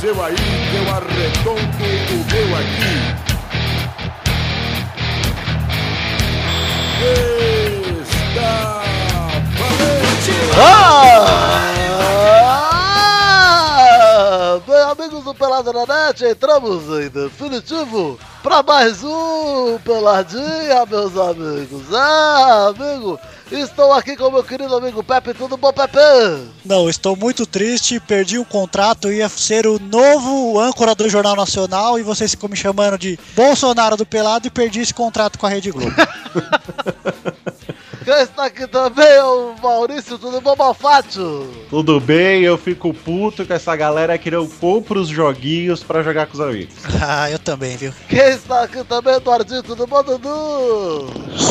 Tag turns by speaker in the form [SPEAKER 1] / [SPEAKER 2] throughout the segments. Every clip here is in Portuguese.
[SPEAKER 1] seu aí, eu arredondo o meu aqui. Está valente!
[SPEAKER 2] Ah! Bem, amigos do Pelada na Net, entramos em definitivo para mais um Peladinha, meus amigos. Ah, amigo, estou aqui com meu querido amigo Pepe, tudo bom, Pepe?
[SPEAKER 3] Não, estou muito triste, perdi o contrato, ia ser o novo âncora do Jornal Nacional e vocês ficam me chamando de Bolsonaro do Pelado e perdi esse contrato com a Rede Globo.
[SPEAKER 2] Quem está aqui também é o Maurício, tudo bom, Malfátio?
[SPEAKER 4] Tudo bem, eu fico puto com essa galera que não compra os joguinhos pra jogar com os amigos.
[SPEAKER 3] ah, eu também, viu?
[SPEAKER 2] Quem está aqui também é o Duardinho, tudo bom, Dudu?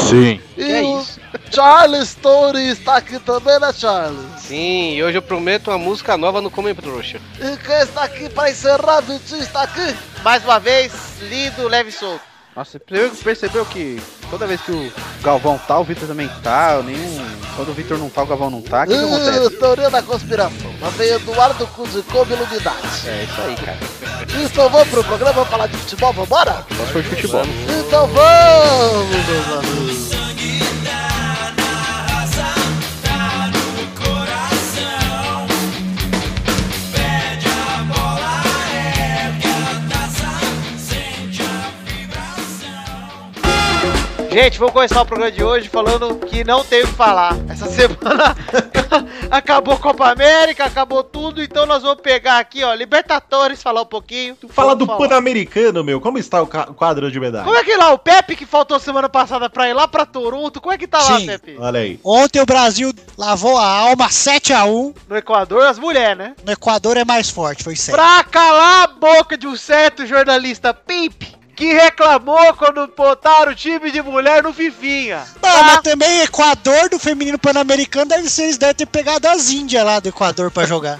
[SPEAKER 4] Sim.
[SPEAKER 2] E
[SPEAKER 5] é
[SPEAKER 2] o
[SPEAKER 5] isso.
[SPEAKER 2] Charles Story está aqui também, né, Charles?
[SPEAKER 5] Sim, e hoje eu prometo uma música nova no Come Trouxa.
[SPEAKER 2] E quem está aqui para encerrar, Vitinho está aqui.
[SPEAKER 6] Mais uma vez, lido, leve e solto.
[SPEAKER 7] Nossa, você percebeu que toda vez que o Galvão tá, o Vitor também tá, nenhum. Quando o Vitor não tá, o Galvão não tá, o que, que acontece?
[SPEAKER 2] Ih, Ah, Teoria da conspiração. Lá vem Eduardo Cusicob Illuminati.
[SPEAKER 7] É isso aí, cara.
[SPEAKER 2] Então vamos pro programa vamos falar de futebol, vambora?
[SPEAKER 7] Só se for de futebol.
[SPEAKER 2] Então vamos, meus amigos.
[SPEAKER 6] Gente, vamos começar o programa de hoje falando que não tem o que falar. Essa semana acabou Copa América, acabou tudo, então nós vamos pegar aqui, ó, Libertadores, falar um pouquinho.
[SPEAKER 4] Fala do
[SPEAKER 6] Vamos falar.
[SPEAKER 4] Pan-Americano, meu. Como está o ca- quadro de medalha?
[SPEAKER 6] Como é que lá, o Pepe que faltou semana passada pra ir lá pra Toronto, como é que tá lá,
[SPEAKER 3] Sim.
[SPEAKER 6] Pepe?
[SPEAKER 4] Olha aí.
[SPEAKER 3] Ontem o Brasil lavou a alma 7x1,
[SPEAKER 6] No Equador, as mulheres, né?
[SPEAKER 3] no Equador é mais forte, foi 7.
[SPEAKER 6] Pra calar a boca de um certo jornalista Pimp, que reclamou quando botaram o time de mulher no Fifinha. Ah,
[SPEAKER 3] Não, Ah, mas também Equador do feminino pan-americano deve ser, eles devem ter pegado as Índias lá do Equador pra jogar.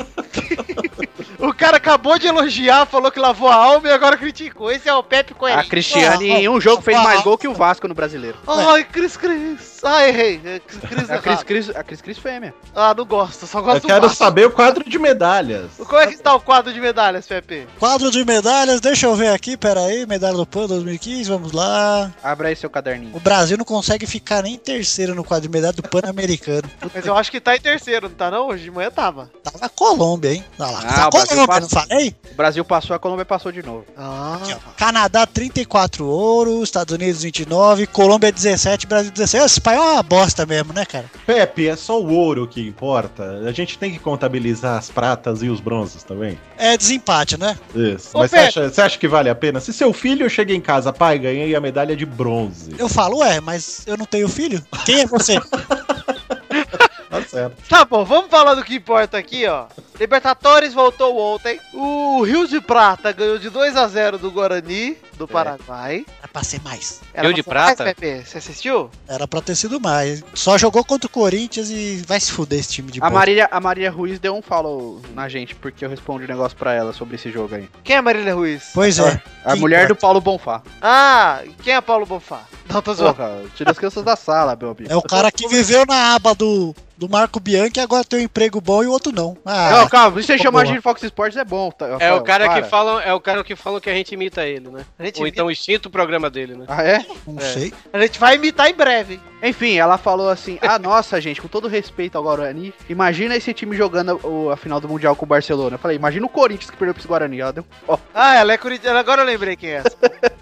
[SPEAKER 6] O cara acabou de elogiar, falou que lavou a alma e agora criticou. Esse é o Pepe
[SPEAKER 7] A
[SPEAKER 6] Coelho.
[SPEAKER 7] Cristiane em um jogo fez mais gol que o Vasco no brasileiro.
[SPEAKER 6] Ai, Cris Cris. Ai, errei. É, Cris Cris.
[SPEAKER 7] A Cris
[SPEAKER 6] errado.
[SPEAKER 7] Cris, a Cris, Cris fêmea.
[SPEAKER 6] Ah, não gosto, só
[SPEAKER 4] Eu
[SPEAKER 6] gosto do
[SPEAKER 4] quero
[SPEAKER 6] Vasco.
[SPEAKER 4] saber o quadro de medalhas.
[SPEAKER 6] Como é que está o quadro de medalhas, Pepe?
[SPEAKER 3] Quadro de medalhas, deixa eu ver aqui, pera aí, medalha do PAN 2015, vamos lá.
[SPEAKER 7] Abre aí seu caderninho.
[SPEAKER 3] O Brasil não consegue ficar nem terceiro no quadro de medalha do pan-americano.
[SPEAKER 6] Mas eu acho que tá em terceiro, não tá não? Hoje de manhã tava.
[SPEAKER 3] Tava a Tá Colômbia, hein? Olha lá,
[SPEAKER 7] Ah,
[SPEAKER 3] tá a
[SPEAKER 7] o Brasil
[SPEAKER 3] Colômbia,
[SPEAKER 7] passa.
[SPEAKER 3] não falei?
[SPEAKER 7] O Brasil passou, a Colômbia passou de novo.
[SPEAKER 6] Ah,
[SPEAKER 3] Aqui, ó. Canadá 34 ouro, Estados Unidos 29, Colômbia 17, Brasil 16. Esse espanhol é uma bosta mesmo, né, cara?
[SPEAKER 4] Pepe, é só o ouro que importa. A gente tem que contabilizar as pratas e os bronzes também.
[SPEAKER 3] É desempate, né?
[SPEAKER 4] Isso.
[SPEAKER 6] Ô,
[SPEAKER 4] Mas você
[SPEAKER 6] Pepe.
[SPEAKER 4] acha, você acha que vale a pena? Se seu filho chega em casa, pai, ganhei a medalha de bronze.
[SPEAKER 3] Eu falo, ué, mas eu não tenho filho? Quem é você?
[SPEAKER 4] Tá certo.
[SPEAKER 6] Tá bom, vamos falar do que importa aqui, ó. Libertadores voltou ontem. O Rio de Prata ganhou de 2 a 0 do Guarani, do Paraguai.
[SPEAKER 3] Era pra ser mais.
[SPEAKER 5] É. Rio de
[SPEAKER 6] pra ser mais,
[SPEAKER 5] Prata?
[SPEAKER 6] Pepe, você assistiu?
[SPEAKER 3] Era pra ter sido mais. Só jogou contra o Corinthians e vai se fuder esse time de
[SPEAKER 7] A
[SPEAKER 3] bosta.
[SPEAKER 7] Marília, a Marília Ruiz deu um follow na gente, porque eu respondi um negócio pra ela sobre esse jogo aí.
[SPEAKER 6] Quem é Marília Ruiz?
[SPEAKER 3] Pois é.
[SPEAKER 7] A
[SPEAKER 3] Que
[SPEAKER 7] mulher
[SPEAKER 3] importa.
[SPEAKER 7] do Paulo Bonfá.
[SPEAKER 6] Ah, e quem é Paulo Bonfá? Não, tô zoando.
[SPEAKER 7] Porra, tira as crianças da sala, meu amigo.
[SPEAKER 3] É o cara que viveu na aba do, do Marco Bianchi e agora tem um emprego bom e o outro não. Ah,
[SPEAKER 7] Não, calma, você
[SPEAKER 3] Pô,
[SPEAKER 7] chamar a
[SPEAKER 3] boa.
[SPEAKER 7] gente de Fox Sports é bom. tá?
[SPEAKER 5] É o
[SPEAKER 7] Fala,
[SPEAKER 5] cara
[SPEAKER 7] para.
[SPEAKER 5] que falam, é o cara que falam que a gente imita ele, né?
[SPEAKER 6] A gente,
[SPEAKER 5] Ou então extinto o programa dele, né?
[SPEAKER 7] Ah, é?
[SPEAKER 3] não
[SPEAKER 5] é.
[SPEAKER 3] sei.
[SPEAKER 6] a gente vai imitar em breve. hein?
[SPEAKER 7] Enfim, ela falou assim: Ah, nossa, gente, com todo respeito ao Guarani, imagina esse time jogando o- a final do Mundial com o Barcelona. Eu falei, imagina o Corinthians que perdeu pra esse Guarani. Ela deu. Ó.
[SPEAKER 6] Ah, ela é corintiana, agora eu lembrei quem é. essa.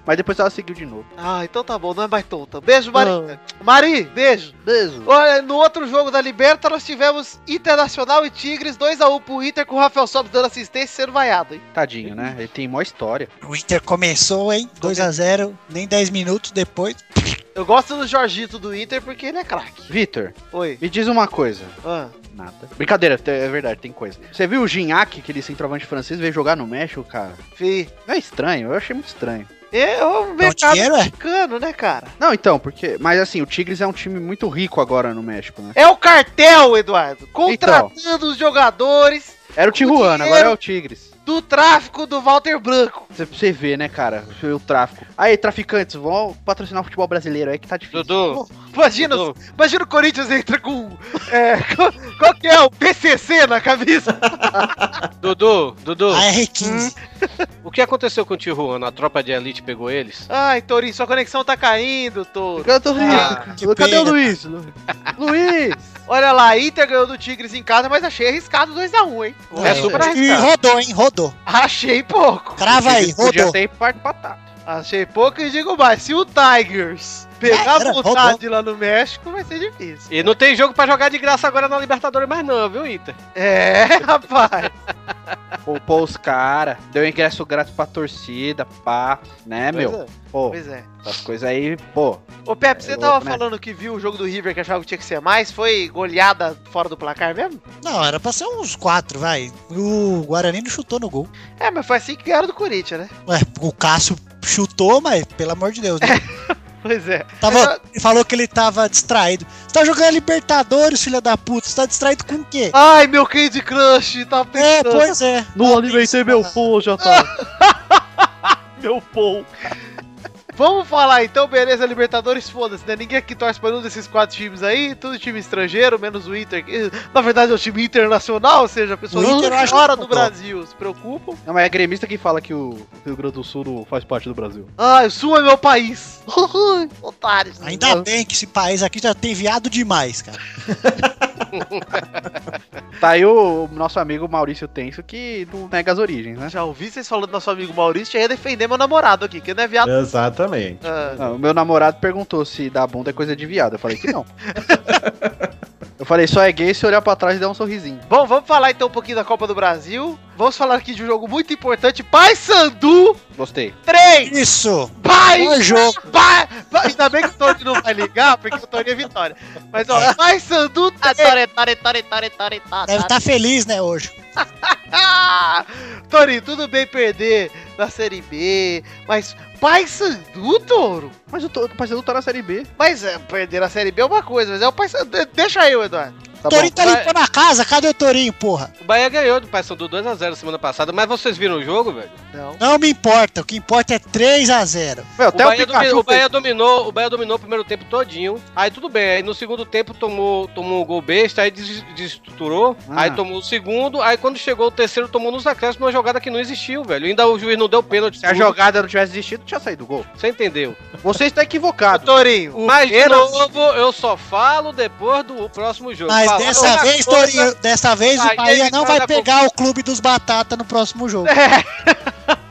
[SPEAKER 7] Mas depois ela seguiu de novo.
[SPEAKER 6] ah, então tá bom, não é mais tonta. Beijo, Mari. Mari, beijo.
[SPEAKER 7] Beijo.
[SPEAKER 6] Olha, no outro jogo da Liberta, nós tivemos Internacional e Tigres, 2x1 pro Inter, com o Rafael Sobis dando assistência e sendo vaiado, hein?
[SPEAKER 7] Tadinho, né? Ele tem mó história.
[SPEAKER 3] O Inter começou, hein? 2x0, nem 10 minutos depois.
[SPEAKER 6] Eu gosto do Jorgito do Inter porque ele é craque.
[SPEAKER 7] Vitor,
[SPEAKER 6] Oi.
[SPEAKER 7] me diz uma coisa.
[SPEAKER 6] Ah,
[SPEAKER 7] Nada. Brincadeira, te- é verdade, tem coisa. Você viu o Gignac, aquele centroavante francês, veio jogar no México, cara?
[SPEAKER 6] fi.
[SPEAKER 7] Não é estranho, eu achei muito estranho.
[SPEAKER 6] É
[SPEAKER 5] um
[SPEAKER 6] o
[SPEAKER 3] É o
[SPEAKER 6] mercado
[SPEAKER 3] dinheiro, é?
[SPEAKER 6] mexicano, né, cara?
[SPEAKER 7] Não, então, porque. Mas assim, o Tigres é um time muito rico agora no México, né?
[SPEAKER 6] É o
[SPEAKER 5] Então.
[SPEAKER 6] cartel, Eduardo. Contratando os jogadores.
[SPEAKER 7] Era o Tijuana,
[SPEAKER 6] dinheiro-
[SPEAKER 7] agora é o Tigres.
[SPEAKER 6] do tráfico do Walter Branco.
[SPEAKER 7] Você- Você vê, né, cara? O tráfico. Aí, traficantes, vão patrocinar o futebol brasileiro aí que tá difícil.
[SPEAKER 5] Dudu,
[SPEAKER 6] Imagina,
[SPEAKER 5] Dudu.
[SPEAKER 6] imagina o Corinthians entra com. É, qual, qual que é? O PCC na cabeça.
[SPEAKER 5] Dudu, Dudu,
[SPEAKER 3] A R15.
[SPEAKER 5] o que aconteceu com o Tijuana? A tropa de elite pegou eles?
[SPEAKER 6] Ai, Torinho, sua conexão tá caindo, Toro.
[SPEAKER 7] Cadê o Luiz?
[SPEAKER 3] Ah, que
[SPEAKER 7] Cadê o
[SPEAKER 3] pena.
[SPEAKER 7] Luiz? Lu- Luiz!
[SPEAKER 6] Olha lá, a Inter ganhou do Tigres em casa, mas achei arriscado 2x1, hein?
[SPEAKER 5] É super
[SPEAKER 3] e
[SPEAKER 5] arriscado.
[SPEAKER 3] rodou, hein? Rodou.
[SPEAKER 6] Achei pouco.
[SPEAKER 3] Crava aí, rodou.
[SPEAKER 7] Podia ter parte batata.
[SPEAKER 6] Achei pouco e digo mais, se o Tigers pegar
[SPEAKER 3] Era,
[SPEAKER 6] vontade lá no México, vai ser difícil.
[SPEAKER 5] E não tem jogo pra jogar de graça agora na Libertadores mais não, viu, Inter?
[SPEAKER 6] É, rapaz.
[SPEAKER 7] Poupou os caras, deu ingresso grátis pra torcida, pá, né, meu? Pô,
[SPEAKER 6] Pois é.
[SPEAKER 7] essas coisas aí, pô.
[SPEAKER 6] Ô, Pepe, você
[SPEAKER 7] É
[SPEAKER 6] tava
[SPEAKER 7] louco, né?
[SPEAKER 6] falando que viu o jogo do River que achava que tinha que ser mais, foi goleada fora do placar mesmo?
[SPEAKER 3] Não, era pra ser uns quatro, vai. O Guarani não chutou no gol.
[SPEAKER 6] É, mas foi assim que ganharam do Corinthians, né?
[SPEAKER 3] Ué, o Cássio chutou, mas pelo amor de Deus, né?
[SPEAKER 6] Pois é.
[SPEAKER 3] Tava, ele falou que ele tava distraído. Você tá jogando Libertadores, filha da puta. Você tá distraído com o quê?
[SPEAKER 6] Ai, meu Candy Crush, tá
[SPEAKER 3] É,
[SPEAKER 6] pensando.
[SPEAKER 3] pois é.
[SPEAKER 7] Não alimentei meu pool, já tá. meu pool.
[SPEAKER 6] Vamos falar então, beleza, Libertadores, foda-se, né? Ninguém aqui torce pra nenhum desses quatro times aí, tudo time estrangeiro, menos o Inter. que, Na verdade é um time internacional, ou seja, pessoas
[SPEAKER 3] O Inter eu acho
[SPEAKER 6] fora
[SPEAKER 3] que
[SPEAKER 6] do
[SPEAKER 3] não.
[SPEAKER 6] Brasil se preocupam.
[SPEAKER 7] Não, mas é gremista que fala que o Rio Grande do Sul não faz parte do Brasil.
[SPEAKER 6] Ah, o Sul é meu país. Otários.
[SPEAKER 3] Ainda bem que esse país aqui já tem viado demais, cara.
[SPEAKER 7] Tá aí o nosso amigo Maurício Tenso que não nega as origens, né?
[SPEAKER 6] Já ouvi vocês falando do nosso amigo Maurício, já ia defender meu namorado aqui, que não é viado.
[SPEAKER 4] Exatamente.
[SPEAKER 6] Ah,
[SPEAKER 7] Não, o meu namorado perguntou se dar bunda é coisa de viado. Eu falei que não. Eu falei, só é gay se olhar pra trás e dar um sorrisinho.
[SPEAKER 6] Bom, vamos falar então um pouquinho da Copa do Brasil. Vamos falar aqui de um jogo muito importante, Paysandu
[SPEAKER 7] Gostei.
[SPEAKER 6] 3.
[SPEAKER 3] Isso!
[SPEAKER 6] Pai!
[SPEAKER 3] Bom jogo.
[SPEAKER 6] Pai, pai, ainda bem que o Tony não vai ligar, porque o Tony é vitória. Mas ó, Pai Sandu tá Tore, Tore, Tore, Tore, Tore,
[SPEAKER 3] Deve estar feliz, né, hoje.
[SPEAKER 6] Ah! Tony, tudo bem perder na Série B, mas Pai Sandu, Toro?
[SPEAKER 7] Mas o, to- o Paysandu tá na Série B.
[SPEAKER 6] Mas é, perder na Série B é uma coisa, mas é o Pai Sandu. Deixa eu, Eduardo.
[SPEAKER 7] Tá
[SPEAKER 3] Torinho tá
[SPEAKER 5] vai.
[SPEAKER 3] limpando a casa. Cadê o Torinho, porra?
[SPEAKER 5] O Bahia ganhou do Paysandu 2x0 semana passada, mas vocês viram o jogo, velho?
[SPEAKER 6] Não.
[SPEAKER 3] Não me importa. O que importa é 3 a 0
[SPEAKER 7] bom. Meu,
[SPEAKER 5] O
[SPEAKER 7] até o,
[SPEAKER 5] Bahia, domi-
[SPEAKER 7] Pikachu
[SPEAKER 5] o Bahia dominou, o Bahia dominou o primeiro tempo todinho. Aí tudo bem, aí no segundo tempo tomou, tomou um gol besta, aí des- desestruturou,
[SPEAKER 7] Ah.
[SPEAKER 5] aí tomou o segundo, aí quando chegou o terceiro tomou nos acréscimos uma jogada que não existiu, velho. Ainda o juiz não deu pênalti.
[SPEAKER 7] fez. Se a
[SPEAKER 5] tudo,
[SPEAKER 7] jogada não tivesse existido, tinha saído o gol.
[SPEAKER 5] Você entendeu?
[SPEAKER 7] Você está
[SPEAKER 6] Ô,
[SPEAKER 7] equivocado.
[SPEAKER 6] Torinho,
[SPEAKER 5] Mas de
[SPEAKER 6] pênalti-
[SPEAKER 5] novo, eu só falo depois do próximo jogo.
[SPEAKER 3] Mas
[SPEAKER 5] Falar
[SPEAKER 3] dessa
[SPEAKER 5] outra
[SPEAKER 3] vez,
[SPEAKER 5] coisa-
[SPEAKER 3] Torinho, dessa vez
[SPEAKER 5] Aí
[SPEAKER 3] o Bahia
[SPEAKER 5] ele
[SPEAKER 3] não
[SPEAKER 5] tá
[SPEAKER 3] vai
[SPEAKER 5] na
[SPEAKER 3] pegar o clube dos batata no próximo jogo.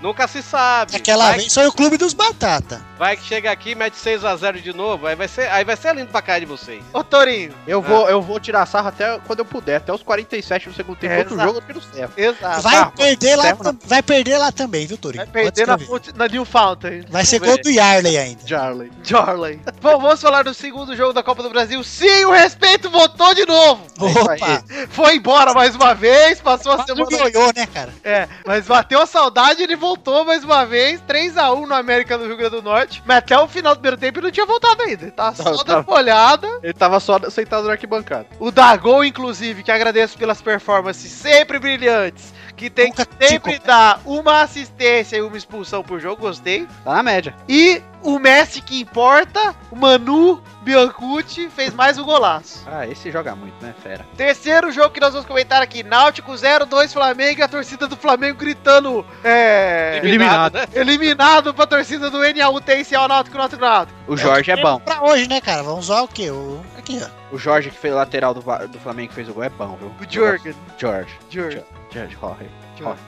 [SPEAKER 5] Nunca se sabe.
[SPEAKER 3] Aquela
[SPEAKER 5] vai,
[SPEAKER 3] vez foi o clube dos batata.
[SPEAKER 5] vai que chega aqui, mete 6x0 de novo, aí vai ser, aí vai ser lindo pra cara de vocês.
[SPEAKER 6] Ô, Torinho.
[SPEAKER 7] Eu vou, eu vou tirar sarro até quando eu puder, até os 47 do segundo tempo.
[SPEAKER 6] É,
[SPEAKER 7] outro
[SPEAKER 6] exato.
[SPEAKER 7] jogo eu tiro certo.
[SPEAKER 6] Exato.
[SPEAKER 3] vai
[SPEAKER 7] tá,
[SPEAKER 3] perder lá,
[SPEAKER 7] certo,
[SPEAKER 3] tam- vai perder lá também, viu, Torinho?
[SPEAKER 6] Ah, Vai perder
[SPEAKER 3] Pode
[SPEAKER 6] na,
[SPEAKER 3] escrever.
[SPEAKER 6] fonte- na New Fountain.
[SPEAKER 3] Vai ser
[SPEAKER 5] Vamos
[SPEAKER 3] gol do Yarley ainda.
[SPEAKER 7] Jarley.
[SPEAKER 6] Jorley. Bom, vamos falar do segundo jogo da Copa do Brasil. Sim, o respeito votou de novo.
[SPEAKER 3] Opa!
[SPEAKER 6] Foi embora mais É uma vez, passou a
[SPEAKER 3] Quase
[SPEAKER 6] semana.
[SPEAKER 3] ganhou, né, cara?
[SPEAKER 6] É, mas bateu a saudade, ele voltou mais uma vez. 3x1 no América do Rio Grande do Norte. Mas até o final do primeiro tempo ele não tinha voltado ainda. Tá só
[SPEAKER 7] Não,
[SPEAKER 6] da
[SPEAKER 7] tá.
[SPEAKER 6] folhada.
[SPEAKER 7] Ele tava só sentado na arquibancada.
[SPEAKER 6] O Dagol, inclusive, que agradeço pelas performances sempre brilhantes. Que tem que
[SPEAKER 3] Nunca
[SPEAKER 6] sempre dar uma assistência e uma expulsão por jogo, gostei.
[SPEAKER 7] Tá na média.
[SPEAKER 6] E o Messi que importa, o Manu Biancucci fez mais um golaço.
[SPEAKER 7] Ah, esse joga muito, né, fera?
[SPEAKER 6] Terceiro jogo que nós vamos comentar aqui, Náutico 0-2 Flamengo e a torcida do Flamengo gritando é,
[SPEAKER 7] Eliminado.
[SPEAKER 5] né?
[SPEAKER 6] eliminado pra torcida do NAU TCL é Náutico Náutico Náutico.
[SPEAKER 7] O Jorge é bom.
[SPEAKER 3] Pra hoje, né, cara? Vamos usar o quê? O... Aqui, ó.
[SPEAKER 7] O Jorge que fez o lateral do, Va- do Flamengo que fez o gol é bom, viu?
[SPEAKER 6] O Jürgen.
[SPEAKER 7] Jorge.
[SPEAKER 6] Jürgen.
[SPEAKER 7] Jorge, Jorge.
[SPEAKER 6] Jürgen.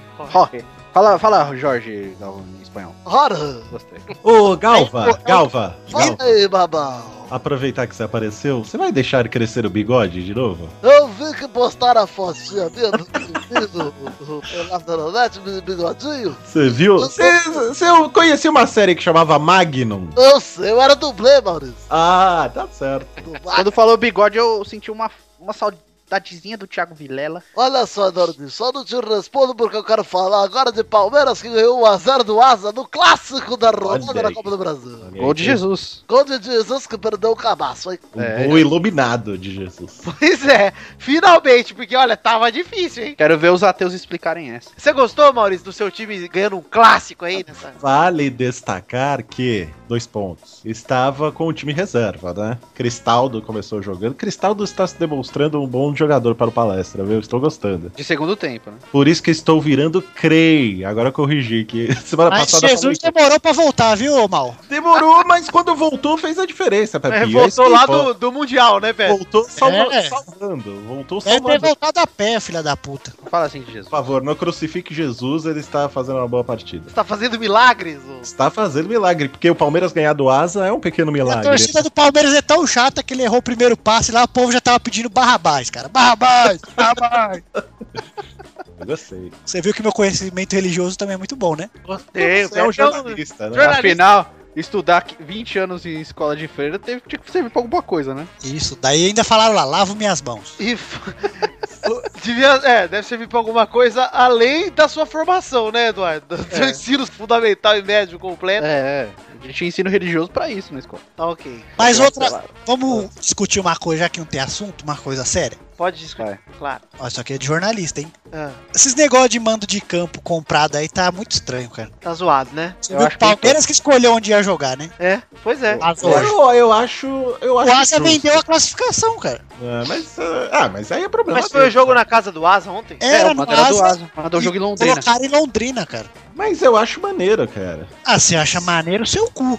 [SPEAKER 7] Jorge. Fala, fala Jorge Galvão, em espanhol.
[SPEAKER 2] Ora!
[SPEAKER 7] Gostei.
[SPEAKER 4] Ô, Galva, Galva,
[SPEAKER 2] Fala
[SPEAKER 4] Galva.
[SPEAKER 2] aí, babão.
[SPEAKER 4] Aproveitar que você apareceu, você vai deixar crescer o bigode de novo?
[SPEAKER 2] Eu vi que postaram a fotinha minha do menino, o Pelado na net, o bigodinho.
[SPEAKER 4] Você viu? Você, você- eu conheci uma série que chamava Magnum.
[SPEAKER 2] Eu sei, eu era dublê, Maurício.
[SPEAKER 4] Ah, tá certo.
[SPEAKER 2] Do Vasco.
[SPEAKER 7] Quando falou bigode, eu senti uma, uma, sal- cidadezinha do Thiago Vilela.
[SPEAKER 2] Olha só, Nordinho, só não te respondo porque eu quero falar agora de Palmeiras que ganhou 1x0 do Asa no clássico da rodada
[SPEAKER 4] Olha
[SPEAKER 2] da
[SPEAKER 4] aí.
[SPEAKER 2] Copa do Brasil.
[SPEAKER 7] Gol de Jesus.
[SPEAKER 2] Gol de Jesus que perdeu o cabaço, hein?
[SPEAKER 4] O gol iluminado de Jesus.
[SPEAKER 6] Pois é, finalmente, porque olha, tava difícil, hein?
[SPEAKER 7] Quero ver os ateus explicarem essa.
[SPEAKER 6] Você gostou, Maurício, do seu time ganhando um clássico aí nessa?
[SPEAKER 4] Vale destacar que, dois pontos, estava com o time reserva, né? Cristaldo começou jogando. Cristaldo está se demonstrando um bom jogador para o palestra, viu? Estou gostando.
[SPEAKER 7] De segundo tempo, né?
[SPEAKER 4] Por isso que estou virando Crei. Agora eu corrigi que semana
[SPEAKER 3] Mas
[SPEAKER 4] passada. eu
[SPEAKER 3] Jesus é
[SPEAKER 4] falei-
[SPEAKER 3] demorou pra voltar, viu, Mal?
[SPEAKER 4] demorou, mas quando voltou fez a diferença, Pepe.
[SPEAKER 6] É,
[SPEAKER 4] É isso
[SPEAKER 6] voltou
[SPEAKER 4] que
[SPEAKER 6] lá
[SPEAKER 4] importa.
[SPEAKER 6] do, do Mundial, né, velho?
[SPEAKER 4] Voltou salva-
[SPEAKER 3] É.
[SPEAKER 4] salvando. Voltou
[SPEAKER 3] Deve ter
[SPEAKER 4] salvando.
[SPEAKER 3] voltado a pé, filha da puta.
[SPEAKER 7] Não fala assim de Jesus.
[SPEAKER 4] Por favor, não crucifique Jesus, ele está fazendo uma boa partida.
[SPEAKER 6] Você tá fazendo milagres, ô.
[SPEAKER 4] Está fazendo milagre, porque o Palmeiras ganhar do Asa é um pequeno
[SPEAKER 3] A
[SPEAKER 4] milagre.
[SPEAKER 3] torcida do Palmeiras é tão chata que ele errou o primeiro passe lá, o povo já tava pedindo Barrabás, cara. Barrabás, Barrabás.
[SPEAKER 4] Eu gostei.
[SPEAKER 3] Você viu que meu conhecimento religioso também é muito bom, né?
[SPEAKER 6] Gostei,
[SPEAKER 4] Você é
[SPEAKER 7] Então,
[SPEAKER 4] um
[SPEAKER 6] Beto é um-
[SPEAKER 4] jornalista, né?
[SPEAKER 6] Jornalista.
[SPEAKER 7] Afinal, estudar 20 anos em escola de freira teve, tinha que servir pra alguma coisa, né?
[SPEAKER 3] Isso, daí ainda falaram lá, lavo minhas mãos.
[SPEAKER 6] E f- Devia, é, deve servir pra alguma coisa além da sua formação, né, Eduardo? Do
[SPEAKER 2] É.
[SPEAKER 6] seu ensino fundamental e médio completo.
[SPEAKER 7] É, é. A gente tinha ensino religioso pra isso na escola.
[SPEAKER 2] É.
[SPEAKER 6] Tá ok.
[SPEAKER 7] É,
[SPEAKER 3] Mas outra, vamos discutir uma coisa, já que não tem assunto, uma coisa séria.
[SPEAKER 6] Pode discutir, claro.
[SPEAKER 3] Ó, isso aqui é de jornalista, hein?
[SPEAKER 6] Ah,
[SPEAKER 3] Esses negócios de mando de campo comprado aí tá muito estranho, cara.
[SPEAKER 6] tá zoado, né?
[SPEAKER 3] Você
[SPEAKER 7] Eu
[SPEAKER 3] viu
[SPEAKER 7] acho
[SPEAKER 3] o
[SPEAKER 7] que
[SPEAKER 3] Palmeiras que escolheu onde ia jogar, né?
[SPEAKER 6] É, pois é.
[SPEAKER 3] As
[SPEAKER 4] Eu,
[SPEAKER 3] lojas.
[SPEAKER 4] acho- eu acho. Eu acho
[SPEAKER 3] O Asa
[SPEAKER 4] justo.
[SPEAKER 3] vendeu a classificação, cara.
[SPEAKER 4] É, mas, ah, ah, mas aí é problema.
[SPEAKER 6] Mas foi o
[SPEAKER 4] dele.
[SPEAKER 6] jogo na casa do Asa ontem?
[SPEAKER 2] É.
[SPEAKER 3] Era
[SPEAKER 7] é, o
[SPEAKER 3] no
[SPEAKER 7] Pantera do
[SPEAKER 3] Asa,
[SPEAKER 7] Asa. Mandou o jogo em Londrina.
[SPEAKER 3] colocaram em Londrina, cara.
[SPEAKER 4] Mas eu acho maneiro, cara.
[SPEAKER 3] Ah, você acha maneiro seu cu.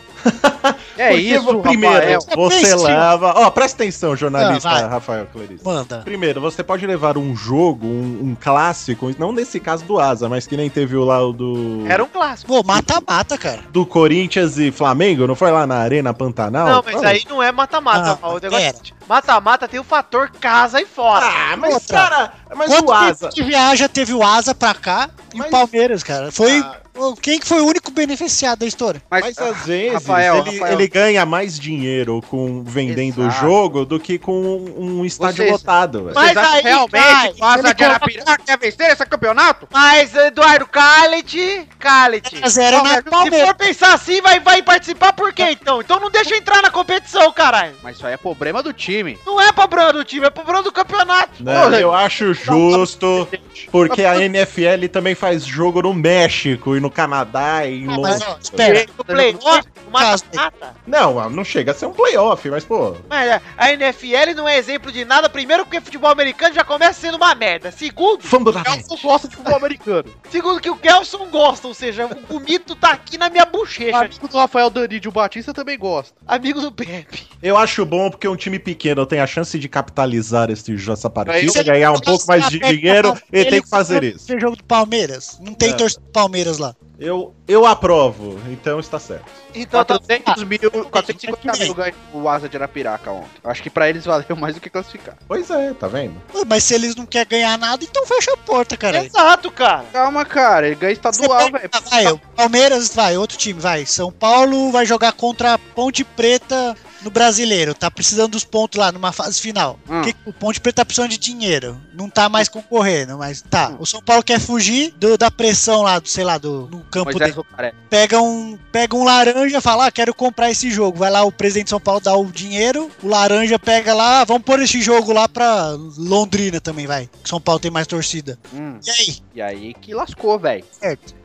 [SPEAKER 7] É
[SPEAKER 4] Porque,
[SPEAKER 7] isso,
[SPEAKER 4] primeiro,
[SPEAKER 7] Rafael.
[SPEAKER 4] você
[SPEAKER 3] Pensa,
[SPEAKER 4] leva. Ó, presta atenção, jornalista
[SPEAKER 3] Ah, vai.
[SPEAKER 4] Rafael Clarice.
[SPEAKER 3] Manda.
[SPEAKER 4] Primeiro, você pode levar um jogo, um, um clássico, não nesse caso do Asa, mas que nem teve o lá o do.
[SPEAKER 6] Era um clássico.
[SPEAKER 3] Pô, mata-mata, cara.
[SPEAKER 4] do Corinthians e Flamengo, não foi lá na Arena Pantanal?
[SPEAKER 6] Não, mas
[SPEAKER 4] Foi.
[SPEAKER 6] aí não é mata-mata,
[SPEAKER 3] Ah,
[SPEAKER 6] Paulo. O negócio é
[SPEAKER 3] pera.
[SPEAKER 6] seguinte, mata-mata tem o fator casa e fora.
[SPEAKER 4] Ah, mas
[SPEAKER 3] Outra.
[SPEAKER 4] cara, mas
[SPEAKER 3] Quanto
[SPEAKER 4] o Asa.
[SPEAKER 3] tempo que viaja teve o Asa pra cá e
[SPEAKER 4] Mas-
[SPEAKER 3] o Palmeiras, cara? Foi
[SPEAKER 4] Ah,
[SPEAKER 3] pô, quem que foi o único beneficiado da história?
[SPEAKER 7] Mas, ah,
[SPEAKER 4] mas às vezes
[SPEAKER 7] Rafael,
[SPEAKER 4] ele,
[SPEAKER 7] Rafael.
[SPEAKER 4] ele ganha mais dinheiro com vendendo o
[SPEAKER 7] Exato.
[SPEAKER 4] jogo do que com um, um estádio
[SPEAKER 7] Vocês-
[SPEAKER 4] lotado, velho.
[SPEAKER 7] Mas aí,
[SPEAKER 6] cai.
[SPEAKER 7] realmente, o Asa de Arapiraca quer vencer esse campeonato?
[SPEAKER 6] Mas, Eduardo, cale-te, cale-te.
[SPEAKER 3] Mas era na
[SPEAKER 6] Se
[SPEAKER 3] Palmeiras.
[SPEAKER 6] for pensar assim, vai, vai participar por quê, então? Então não deixa entrar na competição, caralho.
[SPEAKER 7] Mas isso aí é problema do time.
[SPEAKER 6] Não é problema do time, é problema do campeonato.
[SPEAKER 4] Não, Né? eu acho justo, porque a NFL também faz jogo no México e no Canadá e em
[SPEAKER 3] Ah,
[SPEAKER 4] Londres.
[SPEAKER 3] mas ó, espera.
[SPEAKER 6] O playoff, o mata-mata.
[SPEAKER 4] Não, não chega a ser um playoff, mas pô,
[SPEAKER 6] Mas a NFL não é exemplo de nada. Primeiro, porque futebol americano já começa sendo uma merda. Segundo,
[SPEAKER 4] fumble da net.
[SPEAKER 7] Não gosta de futebol americano.
[SPEAKER 6] segundo que o Kelson gosta, ou seja, o o mito tá aqui na minha bochecha.
[SPEAKER 7] amigo do Rafael Danídio Batista também gosta.
[SPEAKER 6] Amigo do Pepe.
[SPEAKER 4] Eu acho bom porque um time pequeno tem a chance de capitalizar esse, jo- essa
[SPEAKER 7] Aí
[SPEAKER 3] é
[SPEAKER 4] partida,
[SPEAKER 7] você-
[SPEAKER 4] ganhar um pouco mais de dinheiro e tem que fazer
[SPEAKER 3] Ele-
[SPEAKER 4] isso.
[SPEAKER 3] Tem jogo do Palmeiras. Não tem
[SPEAKER 4] É.
[SPEAKER 3] torcida do Palmeiras lá.
[SPEAKER 4] Eu, eu aprovo, então está certo.
[SPEAKER 6] Então tá.
[SPEAKER 7] 400 mil, 450
[SPEAKER 3] tudo bem.
[SPEAKER 7] mil ganha o Asa de Arapiraca ontem. Acho que pra eles valeu mais do que classificar.
[SPEAKER 4] Pois é, tá vendo?
[SPEAKER 3] Pô, Mas se eles não querem ganhar nada, então fecha a porta, cara.
[SPEAKER 6] Exato, cara.
[SPEAKER 7] Calma, cara, ele ganha
[SPEAKER 3] Você
[SPEAKER 7] estadual,
[SPEAKER 3] pega-
[SPEAKER 7] velho.
[SPEAKER 3] vai, o Palmeiras vai, outro time, vai. São Paulo vai jogar contra a Ponte Preta no Brasileiro. Tá precisando dos pontos lá numa fase final.
[SPEAKER 7] Hum.
[SPEAKER 3] Que- o Ponte Preta tá precisando de dinheiro. Não tá mais concorrendo, mas
[SPEAKER 7] Hum.
[SPEAKER 3] tá. O São Paulo quer fugir do- da pressão lá, do, sei lá, do, no campo dele.
[SPEAKER 7] Moisés Lucaré.
[SPEAKER 3] Pega um, pega um laranja, fala, ah, quero comprar esse jogo. Vai lá, o presidente de São Paulo dá o dinheiro, o laranja pega lá, "Ah, vamos pôr esse jogo lá pra Londrina também, vai. que São Paulo tem mais torcida.
[SPEAKER 7] Hum,
[SPEAKER 3] E aí?
[SPEAKER 7] E aí que lascou, velho.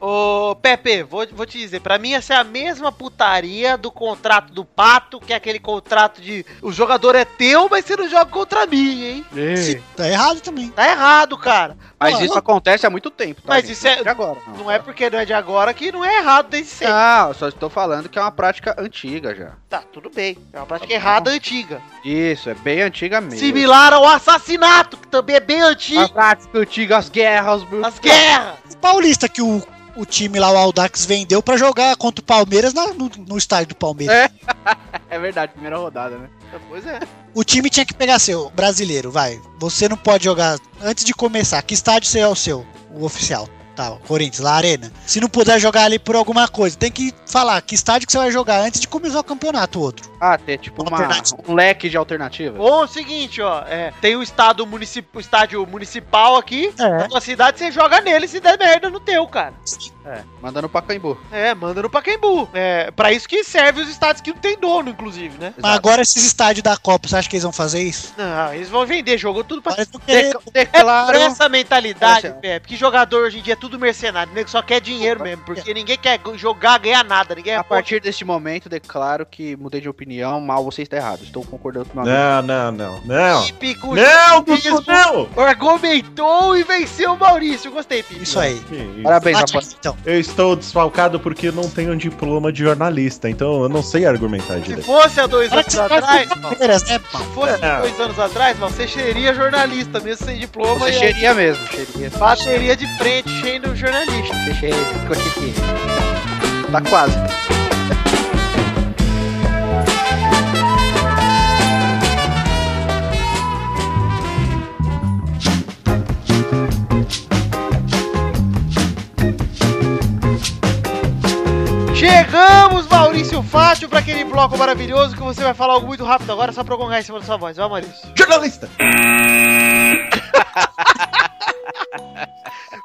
[SPEAKER 6] Ô, Pepe, vou, vou te dizer, pra mim essa é a mesma putaria do contrato do Pato, que é aquele contrato de o jogador é teu, mas você não joga contra mim, hein?
[SPEAKER 3] Tá errado também.
[SPEAKER 6] Tá errado, cara.
[SPEAKER 7] Mas
[SPEAKER 3] Pô,
[SPEAKER 7] isso acontece há muito tempo, tá?
[SPEAKER 6] Mas
[SPEAKER 7] gente?
[SPEAKER 6] isso é-
[SPEAKER 7] Não de agora.
[SPEAKER 6] Não é porque não é de agora que não é errado desde sempre.
[SPEAKER 7] Não, eu só estou falando que é uma prática antiga já.
[SPEAKER 6] Tá, tudo bem. É uma prática errada antiga.
[SPEAKER 7] Isso, é bem antiga mesmo.
[SPEAKER 6] Similar ao assassinato, que também é bem
[SPEAKER 7] A
[SPEAKER 6] antigo.
[SPEAKER 7] prática antiga, as guerras, meu-
[SPEAKER 6] As guerras.
[SPEAKER 3] O Paulista que o, o time lá, o Aldax, vendeu pra jogar contra o Palmeiras na- no, no estádio do Palmeiras.
[SPEAKER 7] É. É verdade, primeira rodada, né?
[SPEAKER 6] Pois é.
[SPEAKER 3] O time tinha que pegar seu, brasileiro, vai. Você não pode jogar antes de começar. Que estádio você é o seu? O oficial. Tá, o Corinthians, lá, Arena. Se não puder jogar ali por alguma coisa, tem que falar que estádio que você vai jogar antes de começar o campeonato, o outro.
[SPEAKER 7] Ah, ter tipo uma,
[SPEAKER 3] Alternativa.
[SPEAKER 7] um leque de alternativas.
[SPEAKER 6] Ou é o seguinte, ó, é, tem o estado municip... o estádio municipal aqui, na
[SPEAKER 3] É.
[SPEAKER 6] sua cidade você joga nele se der merda no teu, cara.
[SPEAKER 7] É, mandando pra Caimbu.
[SPEAKER 6] É, manda no Pacaembu. É, pra isso que serve os estádios que não tem dono, inclusive, né?
[SPEAKER 3] Mas agora esses estádios da Copa, você acha que eles vão fazer isso?
[SPEAKER 6] Não, eles vão vender, jogou tudo pra...
[SPEAKER 3] Parece que
[SPEAKER 6] É por essa mentalidade,
[SPEAKER 7] Essa-
[SPEAKER 6] Pepe, que jogador hoje em dia é tudo mercenário, o nego só quer dinheiro mesmo, porque ninguém quer jogar, ganhar nada, ninguém é
[SPEAKER 7] A partir deste momento, declaro que mudei de opinião, mal você está errado. Estou concordando com o meu amigo.
[SPEAKER 4] Não, não, não. Não!
[SPEAKER 6] típico,
[SPEAKER 4] Não,
[SPEAKER 6] Isso.
[SPEAKER 4] Dudu, não!
[SPEAKER 6] argumentou e venceu o Maurício, gostei, Pepe.
[SPEAKER 3] Isso aí.
[SPEAKER 4] Que isso?
[SPEAKER 7] Parabéns,
[SPEAKER 3] Bate
[SPEAKER 7] rapaz.
[SPEAKER 3] aqui, então.
[SPEAKER 4] Eu estou desfalcado porque eu não tenho um diploma de jornalista, então eu não sei argumentar
[SPEAKER 6] Se
[SPEAKER 4] direito.
[SPEAKER 6] fosse há dois
[SPEAKER 3] Para que
[SPEAKER 6] anos
[SPEAKER 3] você faz
[SPEAKER 6] atrás,
[SPEAKER 3] com
[SPEAKER 6] Mal,
[SPEAKER 3] Palmeiras, né, pau?
[SPEAKER 6] se fosse há
[SPEAKER 4] É.
[SPEAKER 6] dois anos atrás, Mal, você seria jornalista, mesmo sem diploma,
[SPEAKER 7] Você
[SPEAKER 6] e
[SPEAKER 7] cheiria mesmo, cheiria.
[SPEAKER 6] bateria de frente cheio do jornalista.
[SPEAKER 7] Você cheiria. cochiquinho. Tá quase.
[SPEAKER 6] Chegamos, Maurício Fátio, pra aquele bloco maravilhoso que você vai falar algo muito rápido agora, só pra eu gongar em cima da sua voz, vai, Maurício.
[SPEAKER 4] Jornalista!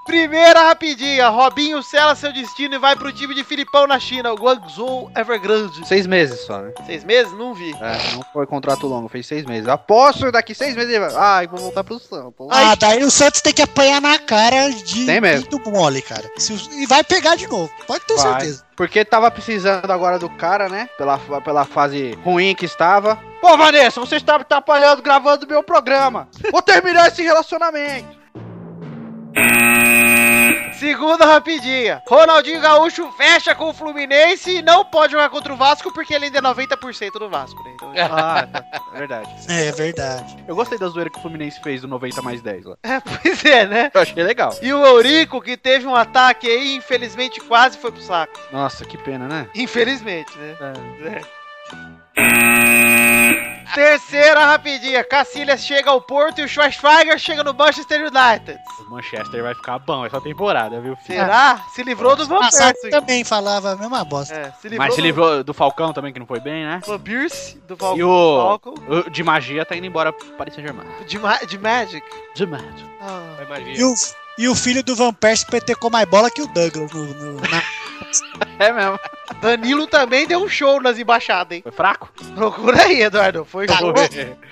[SPEAKER 6] Primeira rapidinha, Robinho sela seu destino e vai pro time de Filipão na China, o Guangzhou Evergrande.
[SPEAKER 7] Seis meses só, né?
[SPEAKER 6] Seis meses? Não vi.
[SPEAKER 7] É, não foi contrato longo, fez seis meses. Aposto que daqui seis meses ele vai. Ai, vou voltar pro Santos.
[SPEAKER 3] Ah, daí o Santos tem que apanhar na cara de
[SPEAKER 7] Tem mesmo.
[SPEAKER 3] do mole, cara. Se os- E vai pegar de novo, pode ter
[SPEAKER 7] Vai.
[SPEAKER 3] certeza.
[SPEAKER 7] Porque tava precisando agora do cara, né? Pela, pela fase ruim que estava. Pô, Vanessa, você está me atrapalhando gravando meu programa. Vou terminar esse relacionamento.
[SPEAKER 6] Segunda rapidinha. Ronaldinho Gaúcho fecha com o Fluminense e não pode jogar contra o Vasco porque ele ainda é 90% do Vasco, né? Então,
[SPEAKER 7] Ah, é verdade.
[SPEAKER 3] É verdade.
[SPEAKER 7] Eu gostei da zoeira que o Fluminense fez do 90 mais 10 lá.
[SPEAKER 6] é, pois é, né?
[SPEAKER 7] Eu achei legal.
[SPEAKER 6] E o Eurico, que teve um ataque aí, infelizmente quase foi pro saco.
[SPEAKER 7] Nossa, que pena, né?
[SPEAKER 6] Infelizmente, né? É. Terceira rapidinha. Cacilhas chega ao Porto e o Schweinsteiger chega no Manchester United.
[SPEAKER 7] O Manchester vai ficar bom essa temporada, viu?
[SPEAKER 6] Será? Se livrou do Van
[SPEAKER 3] Ah, sabe,
[SPEAKER 6] Persie.
[SPEAKER 3] também falava a mesma bosta.
[SPEAKER 6] É, se livrou
[SPEAKER 7] Mas se
[SPEAKER 6] do
[SPEAKER 7] livrou do Falcão também, que não foi bem, né?
[SPEAKER 6] Van Persie, do Falcão.
[SPEAKER 7] E o,
[SPEAKER 6] Falcão,
[SPEAKER 7] o de magia tá indo embora pro Paris Saint-Germain.
[SPEAKER 6] de, Ma- de Magic.
[SPEAKER 7] De magia.
[SPEAKER 6] Ah.
[SPEAKER 5] Vai,
[SPEAKER 7] É.
[SPEAKER 5] Maria.
[SPEAKER 3] E o, e o filho do Van Persie petecou mais bola que o Douglas. No, no- na-
[SPEAKER 7] É mesmo.
[SPEAKER 6] Danilo também deu um show nas embaixadas, hein?
[SPEAKER 7] Foi fraco?
[SPEAKER 6] Procura aí, Eduardo. Foi
[SPEAKER 7] Tá
[SPEAKER 6] show.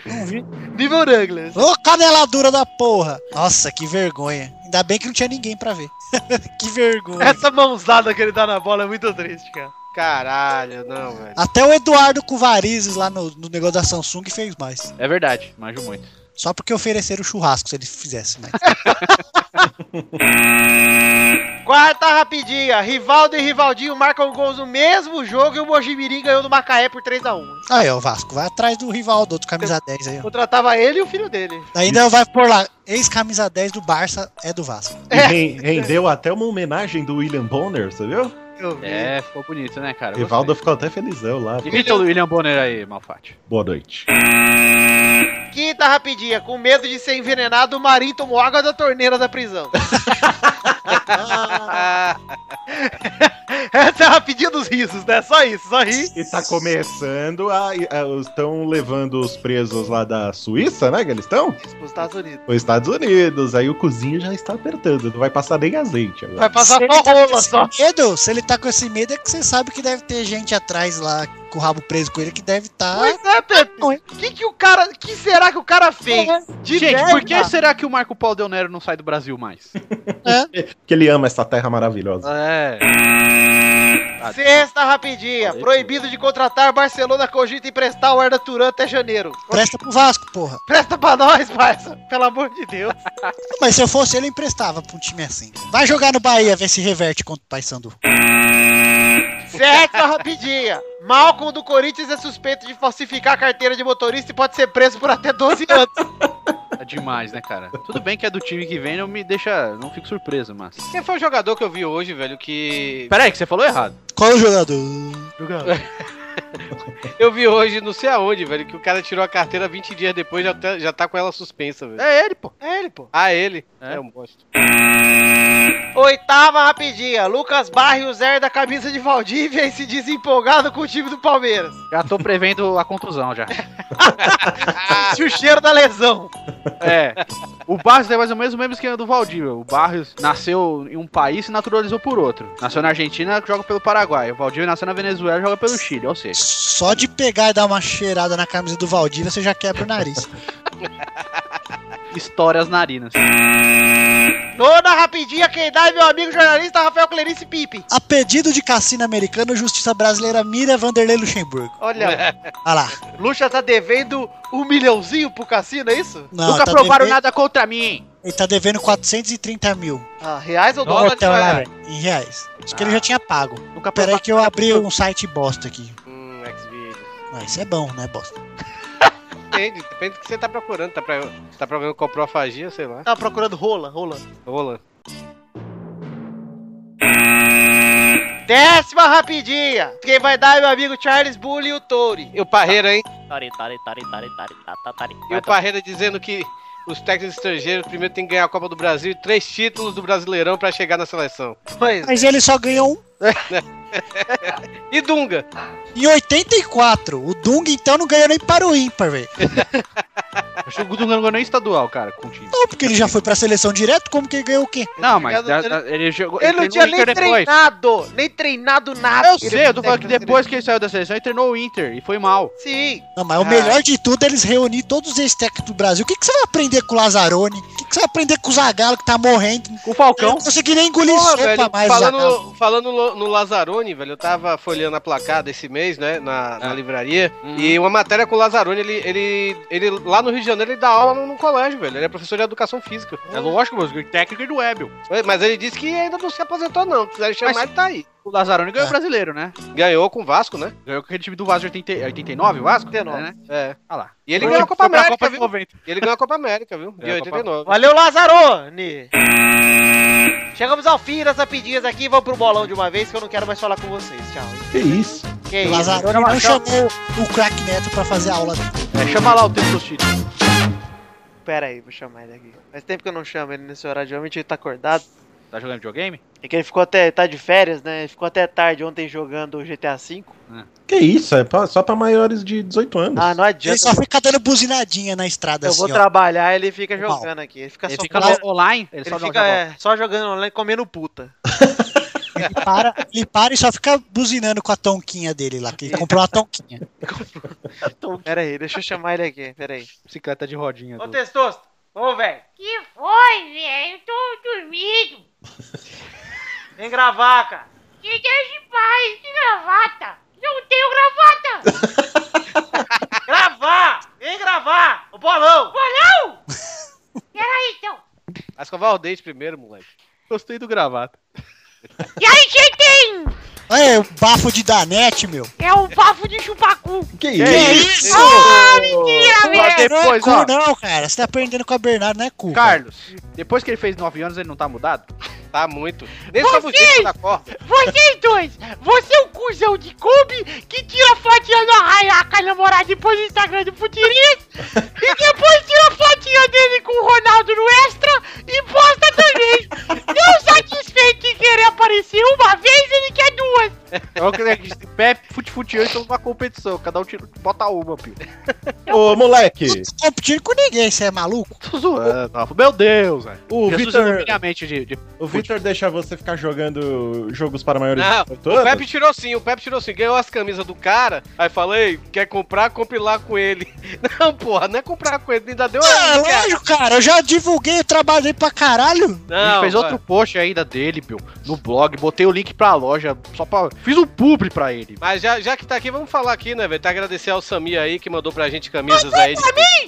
[SPEAKER 3] não vi.
[SPEAKER 6] Nível Douglas.
[SPEAKER 3] Ô, caneladura da porra! Nossa, que vergonha. Ainda bem que não tinha ninguém pra ver. que vergonha.
[SPEAKER 6] Essa mãozada que ele dá na bola é muito triste, cara.
[SPEAKER 7] Caralho, não, velho.
[SPEAKER 3] Até o Eduardo com varizes lá no, no negócio da Samsung fez mais.
[SPEAKER 7] É verdade, manjo muito.
[SPEAKER 3] Só porque ofereceram churrasco se ele fizesse mais.
[SPEAKER 6] Quarta rapidinha. Rivaldo e Rivaldinho marcam gols no mesmo jogo e o Mojimirim ganhou do Macaé por 3x1.
[SPEAKER 3] Aí, ó, o Vasco, vai atrás do rival do outro camisa 10 aí, ó.
[SPEAKER 6] Contratava ele e o filho dele.
[SPEAKER 3] Ainda vai por lá. Ex-camisa 10 do Barça é do Vasco.
[SPEAKER 4] E ren- rendeu até uma homenagem do William Bonner, você viu?
[SPEAKER 6] Eu vi.
[SPEAKER 7] É, ficou bonito, né, cara? Eu
[SPEAKER 4] Rivaldo
[SPEAKER 7] gostei.
[SPEAKER 4] ficou até felizão lá.
[SPEAKER 7] Imita o William Bonner aí, Malfatti.
[SPEAKER 4] Boa noite.
[SPEAKER 6] Quinta rapidinha. Com medo de ser envenenado, o Marinho tomou água da torneira da prisão.
[SPEAKER 7] Ah,
[SPEAKER 6] Essa é a rapidinha dos risos, né? Só isso, só rir.
[SPEAKER 4] E tá começando a. Estão levando os presos lá da Suíça, né? Que eles estão?
[SPEAKER 6] Os Estados Unidos.
[SPEAKER 4] Os Estados Unidos. Aí o cozinho já está apertando. Não vai passar nem azeite agora.
[SPEAKER 6] Vai passar
[SPEAKER 3] Se ele
[SPEAKER 6] só
[SPEAKER 3] tá com
[SPEAKER 6] rola,
[SPEAKER 3] esse
[SPEAKER 6] só.
[SPEAKER 3] Medo, se ele tá com esse medo é que você sabe que deve ter gente atrás lá com o rabo preso com ele que deve tá.
[SPEAKER 6] Pois é, Pepe.
[SPEAKER 3] Não, hein?
[SPEAKER 6] O que, que o cara. que será que o cara fez? De
[SPEAKER 7] Gente,
[SPEAKER 6] merda.
[SPEAKER 7] por que será que o Marco Paulo Del Nero não sai do Brasil mais?
[SPEAKER 4] Porque ele ama essa terra maravilhosa.
[SPEAKER 7] é.
[SPEAKER 6] Sexta rapidinha.
[SPEAKER 7] Falei,
[SPEAKER 6] proibido de contratar Barcelona cogita emprestar o Arda Turan até janeiro.
[SPEAKER 3] Presta pro Vasco, porra.
[SPEAKER 6] Presta pra nós, parça. Pelo amor de Deus.
[SPEAKER 3] Mas se eu fosse ele, eu emprestava pra um time assim. Vai jogar no Bahia, ver se reverte contra o Paysandu.
[SPEAKER 6] Sétima rapidinha. Malcolm do Corinthians é suspeito de falsificar a carteira de motorista e pode ser preso por até 12 anos.
[SPEAKER 7] É demais, né, cara? Tudo bem que é do time que vem, não me deixa. Não fico surpreso, mas.
[SPEAKER 5] Quem foi o jogador que eu vi hoje, velho, que...
[SPEAKER 7] Pera aí, que você falou errado.
[SPEAKER 3] Qual é o jogador?
[SPEAKER 5] Eu vi hoje, não sei aonde, velho, que o cara tirou a carteira 20 dias depois já tá, já tá com ela suspensa, velho.
[SPEAKER 7] É ele, pô.
[SPEAKER 6] É ele, pô.
[SPEAKER 5] Ah, ele?
[SPEAKER 7] É?
[SPEAKER 5] É, um bosta.
[SPEAKER 6] Oitava rapidinha. Lucas Barrios herda a camisa de Valdívia e se diz empolgado com o time do Palmeiras.
[SPEAKER 7] Já tô prevendo a contusão já. Ah.
[SPEAKER 6] Sente o cheiro da lesão.
[SPEAKER 7] É. O Barrios é mais ou menos o mesmo esquema do Valdívia. O Barrios nasceu em um país e se naturalizou por outro. Nasceu na Argentina, joga pelo Paraguai. O Valdívia nasceu na Venezuela, joga pelo Chile, ou seja.
[SPEAKER 3] Só de pegar e dar uma cheirada na camisa do Valdívia, você já quebra o nariz.
[SPEAKER 7] Estoura as narinas.
[SPEAKER 6] Nona rapidinha, quem dá é meu amigo jornalista Rafael Clarice Pipe.
[SPEAKER 3] A pedido de cassino americano, a justiça brasileira mira Vanderlei Luxemburgo.
[SPEAKER 6] Olha,
[SPEAKER 3] Ah lá.
[SPEAKER 6] Lucha tá devendo um milhãozinho pro cassino, é isso?
[SPEAKER 3] Não,
[SPEAKER 7] Nunca
[SPEAKER 3] tá
[SPEAKER 7] provaram
[SPEAKER 3] devendo-
[SPEAKER 7] nada contra mim.
[SPEAKER 3] Ele tá devendo 430 mil
[SPEAKER 6] Ah, reais ou
[SPEAKER 3] no
[SPEAKER 6] dólar?
[SPEAKER 5] Dólar Nossa.
[SPEAKER 3] hotel lá,
[SPEAKER 5] desmaiado.
[SPEAKER 3] velho, em reais. Acho que ele já tinha pago.
[SPEAKER 7] Nunca
[SPEAKER 3] Então, Peraí
[SPEAKER 7] provaram.
[SPEAKER 3] que eu abri um site bosta aqui.
[SPEAKER 5] Hum, Xvideos.
[SPEAKER 3] Ah, isso é bom, né, bosta?
[SPEAKER 5] Depende, depende do que você tá procurando. Tá, pra, tá procurando coprofagia, sei lá.
[SPEAKER 6] Tá procurando rola, rola.
[SPEAKER 5] Rola.
[SPEAKER 6] Décima rapidinha. Quem vai dar é meu amigo Charles Bully e o Touri.
[SPEAKER 5] E o Parreira, hein?
[SPEAKER 8] Tari, tari, tari, tari, tari, tá, tá, tari.
[SPEAKER 5] E o Parreira dizendo que os técnicos estrangeiros primeiro tem que ganhar a Copa do Brasil e três títulos do Brasileirão pra chegar na seleção.
[SPEAKER 6] Pois.
[SPEAKER 3] Mas ele só ganhou um.
[SPEAKER 5] E Dunga?
[SPEAKER 3] Em 84, o Dung então não ganhou nem para o ímpar, velho.
[SPEAKER 7] Acho que o Guto não ganhou nem é estadual, cara, com o time.
[SPEAKER 3] Não, porque ele já foi pra seleção direto, como que ele ganhou o quê?
[SPEAKER 7] Não, mas
[SPEAKER 6] Ele- tá
[SPEAKER 7] da- da- ele jogou.
[SPEAKER 6] Ele não
[SPEAKER 7] treinou
[SPEAKER 6] tinha
[SPEAKER 7] o
[SPEAKER 6] nem
[SPEAKER 7] Inter depois.
[SPEAKER 6] treinado, nem treinado nada.
[SPEAKER 7] Eu sei, eu tô falando que depois que ele saiu da seleção, ele treinou o Inter e foi mal.
[SPEAKER 6] Sim,
[SPEAKER 3] Não,
[SPEAKER 5] Ah.
[SPEAKER 3] mas o melhor de tudo é eles reunir todos os ex-técnicos do Brasil. O que, que você vai aprender com o Lazarone? O que, que você vai aprender com o Zagallo que tá morrendo?
[SPEAKER 7] Com o
[SPEAKER 3] Eu
[SPEAKER 7] Falcão,
[SPEAKER 3] não consegui nem engolir
[SPEAKER 5] Então, Porra,
[SPEAKER 3] sopa
[SPEAKER 5] velho,
[SPEAKER 3] mais, Zagallo.
[SPEAKER 5] falando, falando lo- no Lazarone, velho, eu tava folheando a placada esse mês, né, na,
[SPEAKER 7] Ah.
[SPEAKER 5] na livraria,
[SPEAKER 7] Uhum.
[SPEAKER 5] e uma matéria com o Lazarone, ele, ele, ele, lá no Rio de Janeiro, ele dá aula no, no colégio, velho, ele é professor de educação física.
[SPEAKER 7] é lógico, mas o técnico é do Webel.
[SPEAKER 5] Mas ele disse que ainda não se aposentou, não, quiserem chamar,
[SPEAKER 7] Mas-
[SPEAKER 5] ele tá aí.
[SPEAKER 7] O Lazarone ganhou
[SPEAKER 3] É.
[SPEAKER 7] o brasileiro, né?
[SPEAKER 5] Ganhou com o Vasco, né?
[SPEAKER 7] Ganhou com aquele time do Vasco de 80, 89, o Vasco?
[SPEAKER 6] 89.
[SPEAKER 7] né?
[SPEAKER 5] É.
[SPEAKER 7] Ah lá.
[SPEAKER 5] E ele
[SPEAKER 7] Foi
[SPEAKER 5] ganhou a
[SPEAKER 7] tipo-
[SPEAKER 5] Copa
[SPEAKER 7] foi pra
[SPEAKER 5] América,
[SPEAKER 7] Copa de
[SPEAKER 5] viu?
[SPEAKER 7] 90.
[SPEAKER 5] E ele ganhou a Copa América, viu? De
[SPEAKER 7] Ganhou a Copa-
[SPEAKER 5] 89.
[SPEAKER 6] valeu Lazarone. Chegamos ao fim das rapidinhas aqui, vamos pro bolão de uma vez que eu não quero mais falar com vocês. Tchau.
[SPEAKER 4] Que isso?
[SPEAKER 6] Que
[SPEAKER 3] O
[SPEAKER 6] isso?
[SPEAKER 3] Lazarone não chamou o crack neto pra fazer aula.
[SPEAKER 7] É, chama lá o tempo do Chile.
[SPEAKER 6] Pera aí, vou chamar ele aqui. Faz tempo que eu não chamo ele nesse horário de homem, ele tá acordado.
[SPEAKER 7] Tá jogando videogame?
[SPEAKER 6] É que ele ficou até. tá de férias, né? Ele ficou até tarde ontem jogando GTA V.
[SPEAKER 4] Que isso? É pra- só pra maiores de 18 anos.
[SPEAKER 6] Ah, não
[SPEAKER 3] Ele
[SPEAKER 7] é
[SPEAKER 6] adianta.
[SPEAKER 3] só fica dando buzinadinha na estrada
[SPEAKER 6] Eu
[SPEAKER 3] assim,
[SPEAKER 6] vou
[SPEAKER 3] ó.
[SPEAKER 6] trabalhar, ele fica
[SPEAKER 3] Mal.
[SPEAKER 6] jogando aqui. Ele fica
[SPEAKER 7] Ele
[SPEAKER 6] só
[SPEAKER 7] fica
[SPEAKER 6] comendo-
[SPEAKER 7] no- online, Tá ele,
[SPEAKER 6] Ele
[SPEAKER 7] só
[SPEAKER 6] fica
[SPEAKER 7] joga bola.
[SPEAKER 6] é, só jogando online comendo puta.
[SPEAKER 3] Ele para, ele para e só fica buzinando com a tonquinha dele lá, que ele comprou uma tonquinha.
[SPEAKER 6] Pera aí, deixa eu chamar ele aqui, pera aí.
[SPEAKER 7] bicicleta de rodinha.
[SPEAKER 6] Ô
[SPEAKER 7] do-
[SPEAKER 6] Testosto, ô velho,
[SPEAKER 9] Que foi, velho? Eu tô dormindo.
[SPEAKER 6] vem gravar, cara.
[SPEAKER 9] Me deixa em paz, que gravata. Não tenho gravata.
[SPEAKER 6] Gravar! Vem gravar! O bolão!
[SPEAKER 9] Bolão! Peraí, então.
[SPEAKER 5] Vai escovar o dente primeiro, moleque.
[SPEAKER 7] Gostei do gravata.
[SPEAKER 9] E aí, quem tem?
[SPEAKER 3] É, o bafo de Danete, meu.
[SPEAKER 9] É o bafo de chupacu.
[SPEAKER 4] Que
[SPEAKER 3] Que
[SPEAKER 4] isso?
[SPEAKER 3] isso?
[SPEAKER 9] Ah, mentira,
[SPEAKER 7] Só
[SPEAKER 9] velho.
[SPEAKER 3] Não é
[SPEAKER 7] depois,
[SPEAKER 3] cu,
[SPEAKER 7] ó.
[SPEAKER 3] não, cara. Você tá aprendendo com a Bernardo, não é cu. cara.
[SPEAKER 7] Carlos, depois que ele fez 9 anos, ele não tá mudado?
[SPEAKER 5] Tá muito. Nem só
[SPEAKER 9] Vocês!
[SPEAKER 5] você da corda.
[SPEAKER 9] Vocês dois. Você é o cuzão de Kombi que tira fotinha do Arraiaca namorado depois do Instagram do Putirinhas. e depois tira fotinha dele com o Ronaldo no Extra e posta também. Não satisfeito em querer aparecer uma vez, ele quer duas.
[SPEAKER 7] É o que ele disse, Pepe, fute-fute, eu estão numa competição. Cada um tira, bota uma, pio.
[SPEAKER 4] Ô, moleque!
[SPEAKER 3] Não tá competindo com ninguém, você é maluco?
[SPEAKER 7] Tô zoando. ó. É, Meu Deus, velho.
[SPEAKER 4] O
[SPEAKER 7] Jesus
[SPEAKER 4] Vitor,
[SPEAKER 7] ilumina a mente de, de-
[SPEAKER 4] o Vitor deixa você ficar jogando jogos para maiores
[SPEAKER 5] Não,
[SPEAKER 4] de 18
[SPEAKER 5] O
[SPEAKER 4] anos?
[SPEAKER 5] Pepe tirou sim, o Pepe tirou sim. Ganhou as camisas do cara, aí falei, quer comprar, compre lá com ele. Não, porra, não é comprar com ele, ainda deu
[SPEAKER 3] Ah,
[SPEAKER 5] a cara.
[SPEAKER 3] lógico, cara. Eu já divulguei o trabalho dele pra caralho.
[SPEAKER 7] a gente
[SPEAKER 5] Não,
[SPEAKER 7] fez
[SPEAKER 5] vai.
[SPEAKER 7] outro post ainda dele, pio, no blog. Botei o link pra loja, só pra... Fiz um publi pra ele.
[SPEAKER 5] Mas já, já que tá aqui, vamos falar aqui, né, velho? Tá agradecer ao Samir aí, que mandou pra gente camisas aí. de-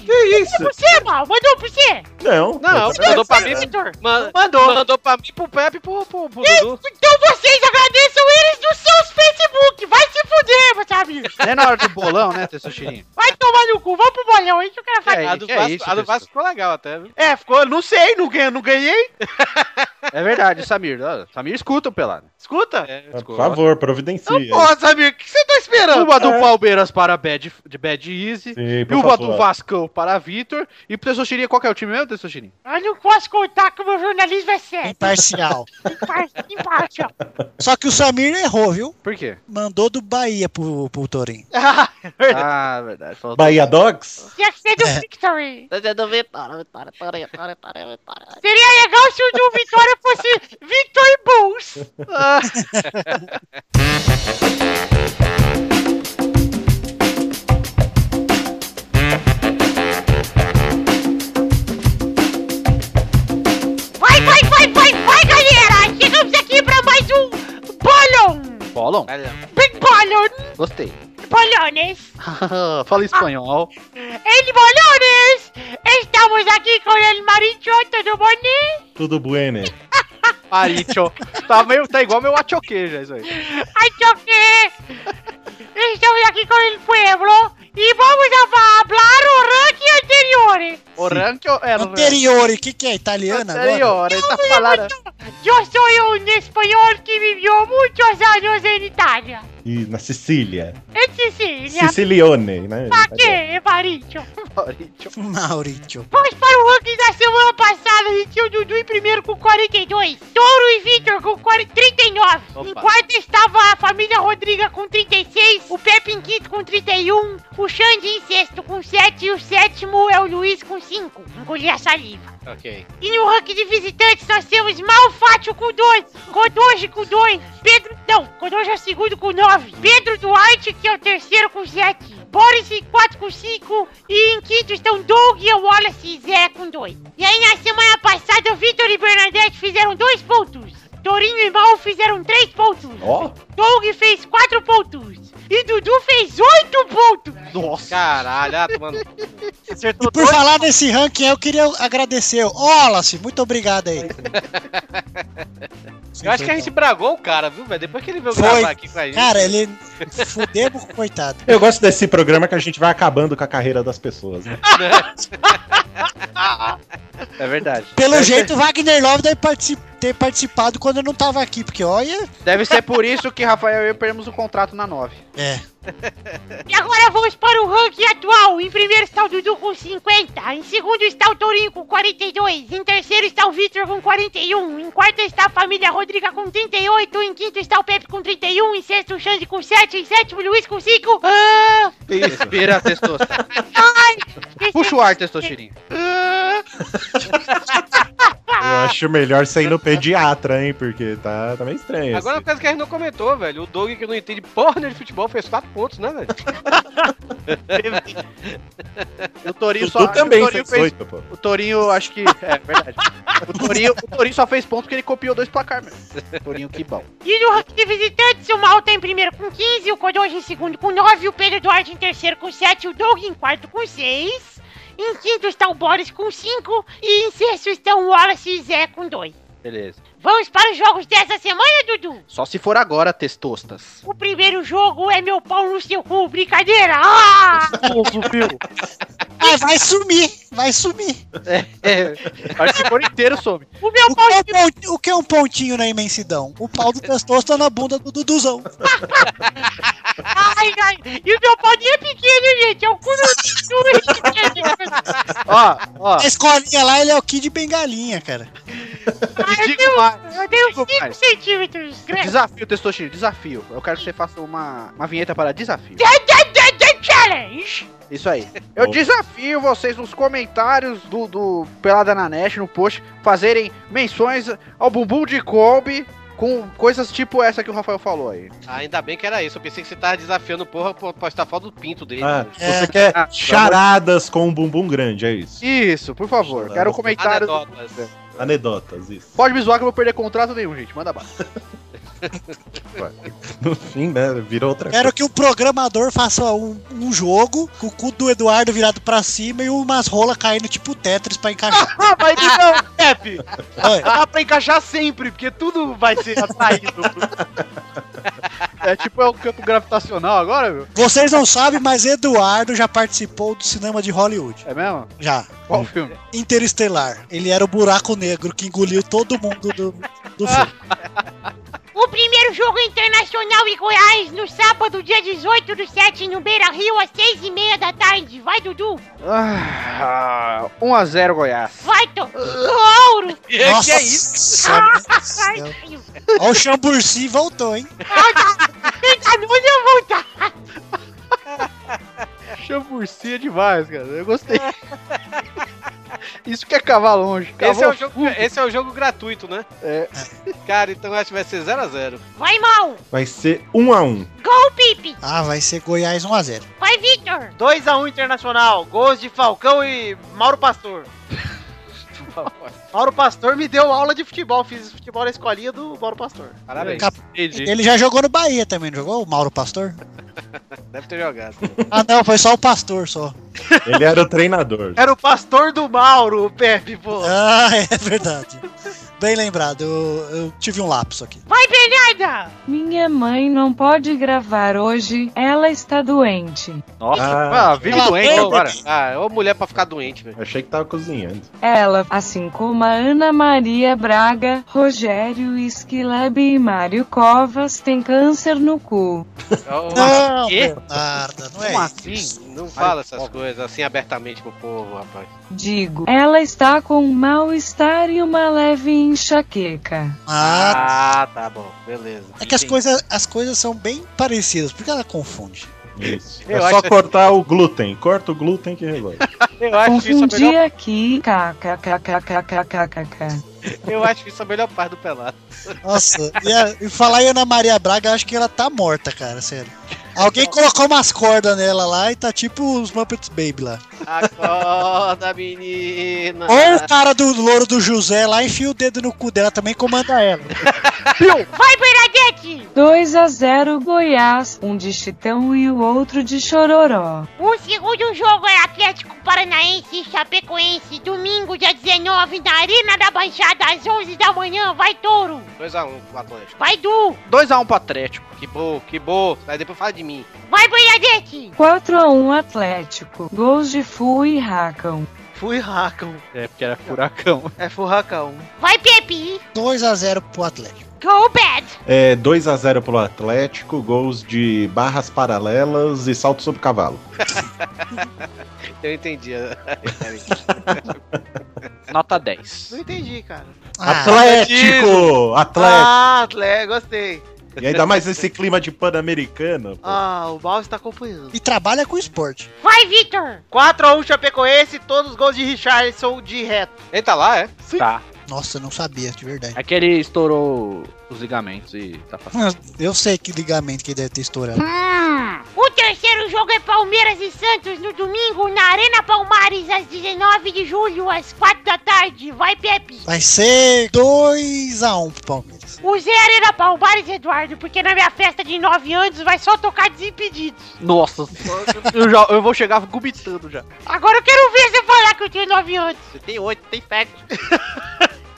[SPEAKER 9] Mandou pra você, mal. Mandou um pra você.
[SPEAKER 4] Não.
[SPEAKER 5] Não, mandou pra mim,
[SPEAKER 9] Vitor.
[SPEAKER 5] ma-
[SPEAKER 6] Mandou.
[SPEAKER 5] é, mandou pra mim, pro Pepe e pro, pro, pro Dudu.
[SPEAKER 9] Então vocês agradeçam eles nos seus Facebook. Vai se fuder, você amigo.
[SPEAKER 7] Não é na hora do bolão, né, Tessuchirinho?
[SPEAKER 9] Vai tomar no cu. Vamos pro bolhão, hein? Que eu quero falar.
[SPEAKER 7] É,
[SPEAKER 5] A do,
[SPEAKER 7] que é
[SPEAKER 5] Vasco,
[SPEAKER 7] isso,
[SPEAKER 5] a do Vasco
[SPEAKER 7] Testoso.
[SPEAKER 5] ficou legal até, viu?
[SPEAKER 6] É, ficou, não sei, não ganhei, não ganhei.
[SPEAKER 7] É verdade, Samir. ó, Samir escuta o pelado.
[SPEAKER 6] Escuta.
[SPEAKER 5] É,
[SPEAKER 4] Por favor, providencia.
[SPEAKER 6] Pô, Samir, o que você tá esperando.
[SPEAKER 7] Uma do Palmeiras para Bad, de Bad Easy.
[SPEAKER 4] É. Sim,
[SPEAKER 7] E
[SPEAKER 4] por
[SPEAKER 7] uma
[SPEAKER 4] favor.
[SPEAKER 7] do Vascão para Vitor. E pro Tessouxirinha, qual que é o time mesmo, Tessouxirinha?
[SPEAKER 9] Eu não posso contar que o meu jornalismo é sério.
[SPEAKER 3] Imparcial.
[SPEAKER 9] Impar- Imparcial.
[SPEAKER 3] Só que o Samir errou, viu?
[SPEAKER 7] Por quê?
[SPEAKER 3] Mandou do Bahia pro, pro Torinho.
[SPEAKER 7] É, ah, verdade. Falou
[SPEAKER 4] Bahia Dogs?
[SPEAKER 9] Tinha que ser do
[SPEAKER 3] É.
[SPEAKER 9] Victory.
[SPEAKER 8] Você do Vitória, Vitória, Vitória, Vitória, Vitória, Vitória.
[SPEAKER 9] Seria legal se o do Vitória fosse Victor Bulls.
[SPEAKER 7] Ah,
[SPEAKER 9] Vai, vai, vai, vai, vai, galera! Chegamos aqui pra mais um bolão!
[SPEAKER 7] Bolon.
[SPEAKER 5] é,
[SPEAKER 9] Big bolão!
[SPEAKER 7] Gostei.
[SPEAKER 9] Bolones!
[SPEAKER 7] Fala espanhol.
[SPEAKER 9] El bolones! Estamos aqui com el maricho, todo bom?
[SPEAKER 4] Tudo bueno.
[SPEAKER 7] Paricho. Tá, meio, tá igual meu achoque já isso aí.
[SPEAKER 9] Ai, choque! Estamos aqui com el pueblo e vamos a falar o ranking anterior.
[SPEAKER 7] O ranking é...
[SPEAKER 3] Anteriore, o que, que é? Italiana agora?
[SPEAKER 7] Anterior, ele tá falando...
[SPEAKER 9] Eu sou um espanhol que viveu muitos anos em Itália.
[SPEAKER 4] E na Sicília.
[SPEAKER 9] Em Sicília.
[SPEAKER 4] Sicilione, né?
[SPEAKER 9] Pra quê, Maricho?
[SPEAKER 7] Paricho.
[SPEAKER 3] Maurício.
[SPEAKER 9] Vamos para o ranking da semana passada. A gente tinha o Dudu em primeiro com 42. Touro e Vitor com 40, 39. Em
[SPEAKER 7] Opa.
[SPEAKER 9] quarto estava a família Rodriga com 36. O Pepe em quinto com 31. O Xande em sexto com 7. E o sétimo é o Luiz com 5. Engoli a saliva.
[SPEAKER 5] Ok.
[SPEAKER 9] E no ranking de visitantes nós temos Malfátio com 2, Codoge com 2, Pedro. Não, Codoge é o segundo com 9, Pedro Duarte, que é o terceiro com 7, Boris em 4 com 5, e em quinto estão Doug, Wallace e Zé com 2. E aí na semana passada, o Vitor e Bernadette fizeram 2 pontos, Torinho e Mal fizeram 3 pontos,
[SPEAKER 4] Ó,
[SPEAKER 9] Doug fez 4 pontos, e Dudu fez 8 pontos.
[SPEAKER 7] Nossa.
[SPEAKER 5] Caralho, ah, tomando.
[SPEAKER 3] E por falar nesse ranking, eu queria agradecer. Wallace, muito obrigado aí.
[SPEAKER 5] Eu acho que a gente bragou o cara, viu, velho? Depois que ele veio
[SPEAKER 3] Foi.
[SPEAKER 5] gravar aqui com a gente.
[SPEAKER 3] Cara, ele fudeu, coitado.
[SPEAKER 4] eu gosto desse programa que a gente vai acabando com a carreira das pessoas, né?
[SPEAKER 7] É verdade.
[SPEAKER 3] Pelo jeito, o Wagner Love deve partici- ter participado quando eu não tava aqui, porque olha.
[SPEAKER 7] Deve ser por isso que Rafael e eu perdemos o contrato na 9.
[SPEAKER 3] É.
[SPEAKER 9] E agora vamos para o ranking atual. Em primeiro está o Dudu com 50. Em segundo está o Tourinho com 42. Em terceiro está o Victor com 41. Em quarto está a família Rodriga com 38. Em quinto está o Pepe com 31. Em sexto o Xande com 7. Em sétimo o Luiz com 5. Ah,
[SPEAKER 7] Respira, testosterona.
[SPEAKER 9] ai,
[SPEAKER 7] Puxa o ar, testosterona.
[SPEAKER 4] Eu acho melhor ser ir no pediatra, hein? Porque tá, tá meio estranho.
[SPEAKER 5] Agora é uma
[SPEAKER 4] assim.
[SPEAKER 5] coisa que a gente não comentou, velho. O Doug, que não entende porra nenhuma de futebol, fez 4 pontos, né, velho?
[SPEAKER 7] O Torinho
[SPEAKER 4] Dudu
[SPEAKER 7] só. o
[SPEAKER 4] também
[SPEAKER 7] Torinho
[SPEAKER 4] fez
[SPEAKER 7] fez-
[SPEAKER 4] oito, pô.
[SPEAKER 7] O Torinho, acho que. É verdade. O Torinho, o Torinho só fez ponto porque ele copiou dois placar, mesmo. Torinho, que bom.
[SPEAKER 9] E no ranking de visitantes, o Malta em primeiro com 15, o Codoge em segundo com 9, o Pedro Duarte em terceiro com 7, o Doug em quarto com 6. Em quinto está o Boris com 5 e em sexto estão o Wallace e Zé com 2.
[SPEAKER 7] Beleza.
[SPEAKER 9] Vamos para os jogos dessa semana, Dudu?
[SPEAKER 7] Só se for agora, testostas.
[SPEAKER 9] O primeiro jogo é meu pau no seu cu, brincadeira! Ah!
[SPEAKER 3] Ah, vai sumir, vai sumir.
[SPEAKER 5] Tá
[SPEAKER 7] É. Acho que se for inteiro, some.
[SPEAKER 9] O meu
[SPEAKER 3] O
[SPEAKER 9] pau
[SPEAKER 3] que, é um pontinho, o que é um pontinho na imensidão? O pau do testosta na bunda do Duduzão.
[SPEAKER 5] Tá.
[SPEAKER 9] ai, ai, tá E o meu pau nem é pequeno, gente, é o cu é do
[SPEAKER 7] Ó, ó.
[SPEAKER 3] A escolinha lá, ele é o Kid Bengalinha, cara.
[SPEAKER 9] Ah, eu
[SPEAKER 7] digo
[SPEAKER 9] tenho-
[SPEAKER 7] mais,
[SPEAKER 9] Eu tenho
[SPEAKER 7] digo
[SPEAKER 9] 5
[SPEAKER 7] mais.
[SPEAKER 9] centímetros.
[SPEAKER 7] Desafio, testosterona, desafio. Eu quero que você faça uma, uma vinheta para desafio.
[SPEAKER 9] Challenge!
[SPEAKER 7] Isso aí. Eu
[SPEAKER 4] Bom.
[SPEAKER 7] desafio vocês nos comentários do, do Pelada na Net, no post, fazerem menções ao bumbum de Kombi com coisas tipo essa que o Rafael falou aí.
[SPEAKER 5] Ah, Ainda bem que era isso. Eu pensei que você tava desafiando porra pra postar foto do pinto dele.
[SPEAKER 4] Ah,
[SPEAKER 3] É.
[SPEAKER 4] você quer
[SPEAKER 7] Ah,
[SPEAKER 4] charadas com um bumbum grande, é isso.
[SPEAKER 7] Isso, por favor. Quero comentários.
[SPEAKER 5] Anedotas.
[SPEAKER 4] Anedotas, isso.
[SPEAKER 7] Pode me zoar que eu vou perder contrato nenhum, gente. Manda bala.
[SPEAKER 4] No fim, né? Virou outra
[SPEAKER 3] Quero que o programador faça um, um jogo com o cu do Eduardo virado pra cima e umas rolas caindo tipo Tetris pra encaixar.
[SPEAKER 6] Ah, mas então, Pepe,
[SPEAKER 3] Olha,
[SPEAKER 6] dá pra encaixar sempre, porque tudo vai ser atraído.
[SPEAKER 7] É tipo é o campo gravitacional agora, meu?
[SPEAKER 3] vocês não sabem, mas Eduardo já participou do cinema de Hollywood.
[SPEAKER 7] É mesmo?
[SPEAKER 3] Já.
[SPEAKER 7] Qual o filme?
[SPEAKER 3] Ah, Interestelar. Ele era o buraco negro que engoliu todo mundo do, do filme.
[SPEAKER 9] O primeiro jogo é internacional em Goiás, no sábado, dia 18 do 7, no Beira Rio, às 6 e meia da tarde. Vai, Dudu!
[SPEAKER 7] Ah, 1x0 Goiás.
[SPEAKER 9] Vai, to... Ouro!
[SPEAKER 3] Nossa, que é isso?
[SPEAKER 9] Ai,
[SPEAKER 3] Olha
[SPEAKER 9] caiu.
[SPEAKER 3] o Chamburci voltou, hein?
[SPEAKER 9] Eita, não ia voltar!
[SPEAKER 7] Chamburcia demais, cara. Eu gostei. Isso que é cavar longe.
[SPEAKER 5] Esse é,
[SPEAKER 7] Cavou
[SPEAKER 5] o jogo, esse é o jogo gratuito, né?
[SPEAKER 7] É.
[SPEAKER 5] Cara, então acho que vai ser 0x0.
[SPEAKER 9] Vai, mal!
[SPEAKER 4] Vai ser 1 a 1
[SPEAKER 9] Gol, Pipe!
[SPEAKER 3] Ah, vai ser Goiás 1x0.
[SPEAKER 9] Vai, Victor!
[SPEAKER 6] 2x1 Internacional, gols de Falcão e Mauro Pastor. Mauro Pastor me deu aula de futebol, fiz futebol na escolinha do Mauro Pastor.
[SPEAKER 5] Parabéns.
[SPEAKER 3] Cap-
[SPEAKER 5] Entendi.
[SPEAKER 3] Ele já jogou no Bahia também, não jogou? O Mauro Pastor?
[SPEAKER 5] Deve ter jogado.
[SPEAKER 3] Ah, não, foi só o Pastor só.
[SPEAKER 4] Ele era o treinador.
[SPEAKER 6] Era o pastor do Mauro, o Pepe, pô.
[SPEAKER 3] Ah, é verdade. Bem lembrado, eu, eu tive um lapso aqui.
[SPEAKER 9] Vai, Bernarda!
[SPEAKER 10] Minha mãe não pode gravar hoje, ela está doente.
[SPEAKER 7] Nossa,
[SPEAKER 4] Ah.
[SPEAKER 7] ah, vive
[SPEAKER 3] Cala a
[SPEAKER 7] doente
[SPEAKER 3] boca.
[SPEAKER 7] agora.
[SPEAKER 5] Ah, é uma mulher pra ficar doente, velho.
[SPEAKER 4] Achei que tava cozinhando.
[SPEAKER 10] Ela, assim como a Ana Maria Braga, Rogério Skileb e Mário Covas, tem câncer no cu.
[SPEAKER 3] Não,
[SPEAKER 5] quê?
[SPEAKER 3] Bernarda, não é
[SPEAKER 7] Como
[SPEAKER 3] isso.
[SPEAKER 7] assim?
[SPEAKER 5] Não fala essas coisas assim abertamente pro povo, rapaz.
[SPEAKER 10] Digo, ela está com um mal-estar e uma leve enxaqueca.
[SPEAKER 3] Ah,
[SPEAKER 5] Ah, tá bom. Beleza.
[SPEAKER 3] é que as
[SPEAKER 5] Entendi.
[SPEAKER 3] coisas, as coisas são bem parecidas, porque ela confunde.
[SPEAKER 4] Isso.
[SPEAKER 5] Eu
[SPEAKER 4] é só
[SPEAKER 5] acho-
[SPEAKER 4] cortar o glúten. Corta o glúten que resolve.
[SPEAKER 5] Eu acho, isso a
[SPEAKER 10] Confundi
[SPEAKER 5] melhor,
[SPEAKER 10] Um aqui, kkkkkkkkk.
[SPEAKER 5] eu acho isso é a melhor parte do pelado.
[SPEAKER 3] Nossa, e, a- e falar em Ana Maria Braga, eu acho que ela tá morta, cara, sério. Alguém colocou umas cordas nela lá e tá tipo os Muppets Baby lá.
[SPEAKER 5] Acorda, menina.
[SPEAKER 3] Ou o cara do louro do José lá enfia o dedo no cu dela também e comanda ela.
[SPEAKER 9] Vai, Bernadette!
[SPEAKER 10] 2 a 0 Goiás, um de Chitão e o outro de Chororó.
[SPEAKER 9] O segundo jogo é Atlético Paranaense e Chapecoense, domingo, dia 19, na Arena da Baixada, às 11 da manhã. Vai, Touro!
[SPEAKER 5] 2x1 um, pro Atlético.
[SPEAKER 9] Vai, Du!
[SPEAKER 7] 2x1 pro um Atlético.
[SPEAKER 5] Que bom, que bom. Aí depois fala de mim.
[SPEAKER 9] Vai, Bernadette!
[SPEAKER 10] 4 a 1 Atlético, gols de Fu e Racão.
[SPEAKER 6] Fui racão.
[SPEAKER 7] É, porque era furacão.
[SPEAKER 6] É furracão.
[SPEAKER 9] Vai, Pepe!
[SPEAKER 3] 2 a 0 pro Atlético.
[SPEAKER 9] Go, Bad!
[SPEAKER 4] É 2 a 0 pro Atlético, gols de barras paralelas e salto sobre cavalo.
[SPEAKER 5] Eu entendi.
[SPEAKER 7] Nota
[SPEAKER 6] Não
[SPEAKER 7] 10.
[SPEAKER 6] entendi, cara.
[SPEAKER 3] Ah.
[SPEAKER 4] Atlético! Atlético!
[SPEAKER 6] Ah, Atlético, gostei.
[SPEAKER 4] E ainda mais esse clima de pan-americano. pô.
[SPEAKER 6] Ah, o Mauro está acompanhando.
[SPEAKER 3] Ah, E trabalha com esporte.
[SPEAKER 9] Vai, Victor!
[SPEAKER 6] 4x1 Chapecoense, todos os gols de Richardson de reto.
[SPEAKER 5] Ele tá lá, é?
[SPEAKER 7] Tá.
[SPEAKER 3] Nossa, eu não sabia, de verdade.
[SPEAKER 7] É que ele estourou os ligamentos e tá
[SPEAKER 3] Ah,
[SPEAKER 7] passando.
[SPEAKER 3] Eu sei que ligamento que deve ter estourado.
[SPEAKER 9] Hum. O terceiro jogo é Palmeiras e Santos no domingo na Arena Palmares às 19 de julho às 4 da tarde. Vai, Pepe!
[SPEAKER 3] Vai ser 2 a 1 pro Palmeiras.
[SPEAKER 9] Usei a Arena Palmares, Eduardo, porque na minha festa de 9 anos vai só tocar Desimpedidos.
[SPEAKER 7] Nossa, eu, já, eu vou chegar vomitando já.
[SPEAKER 9] Agora eu quero ver você falar que eu tenho 9 anos.
[SPEAKER 7] Você tem 8, tem 7.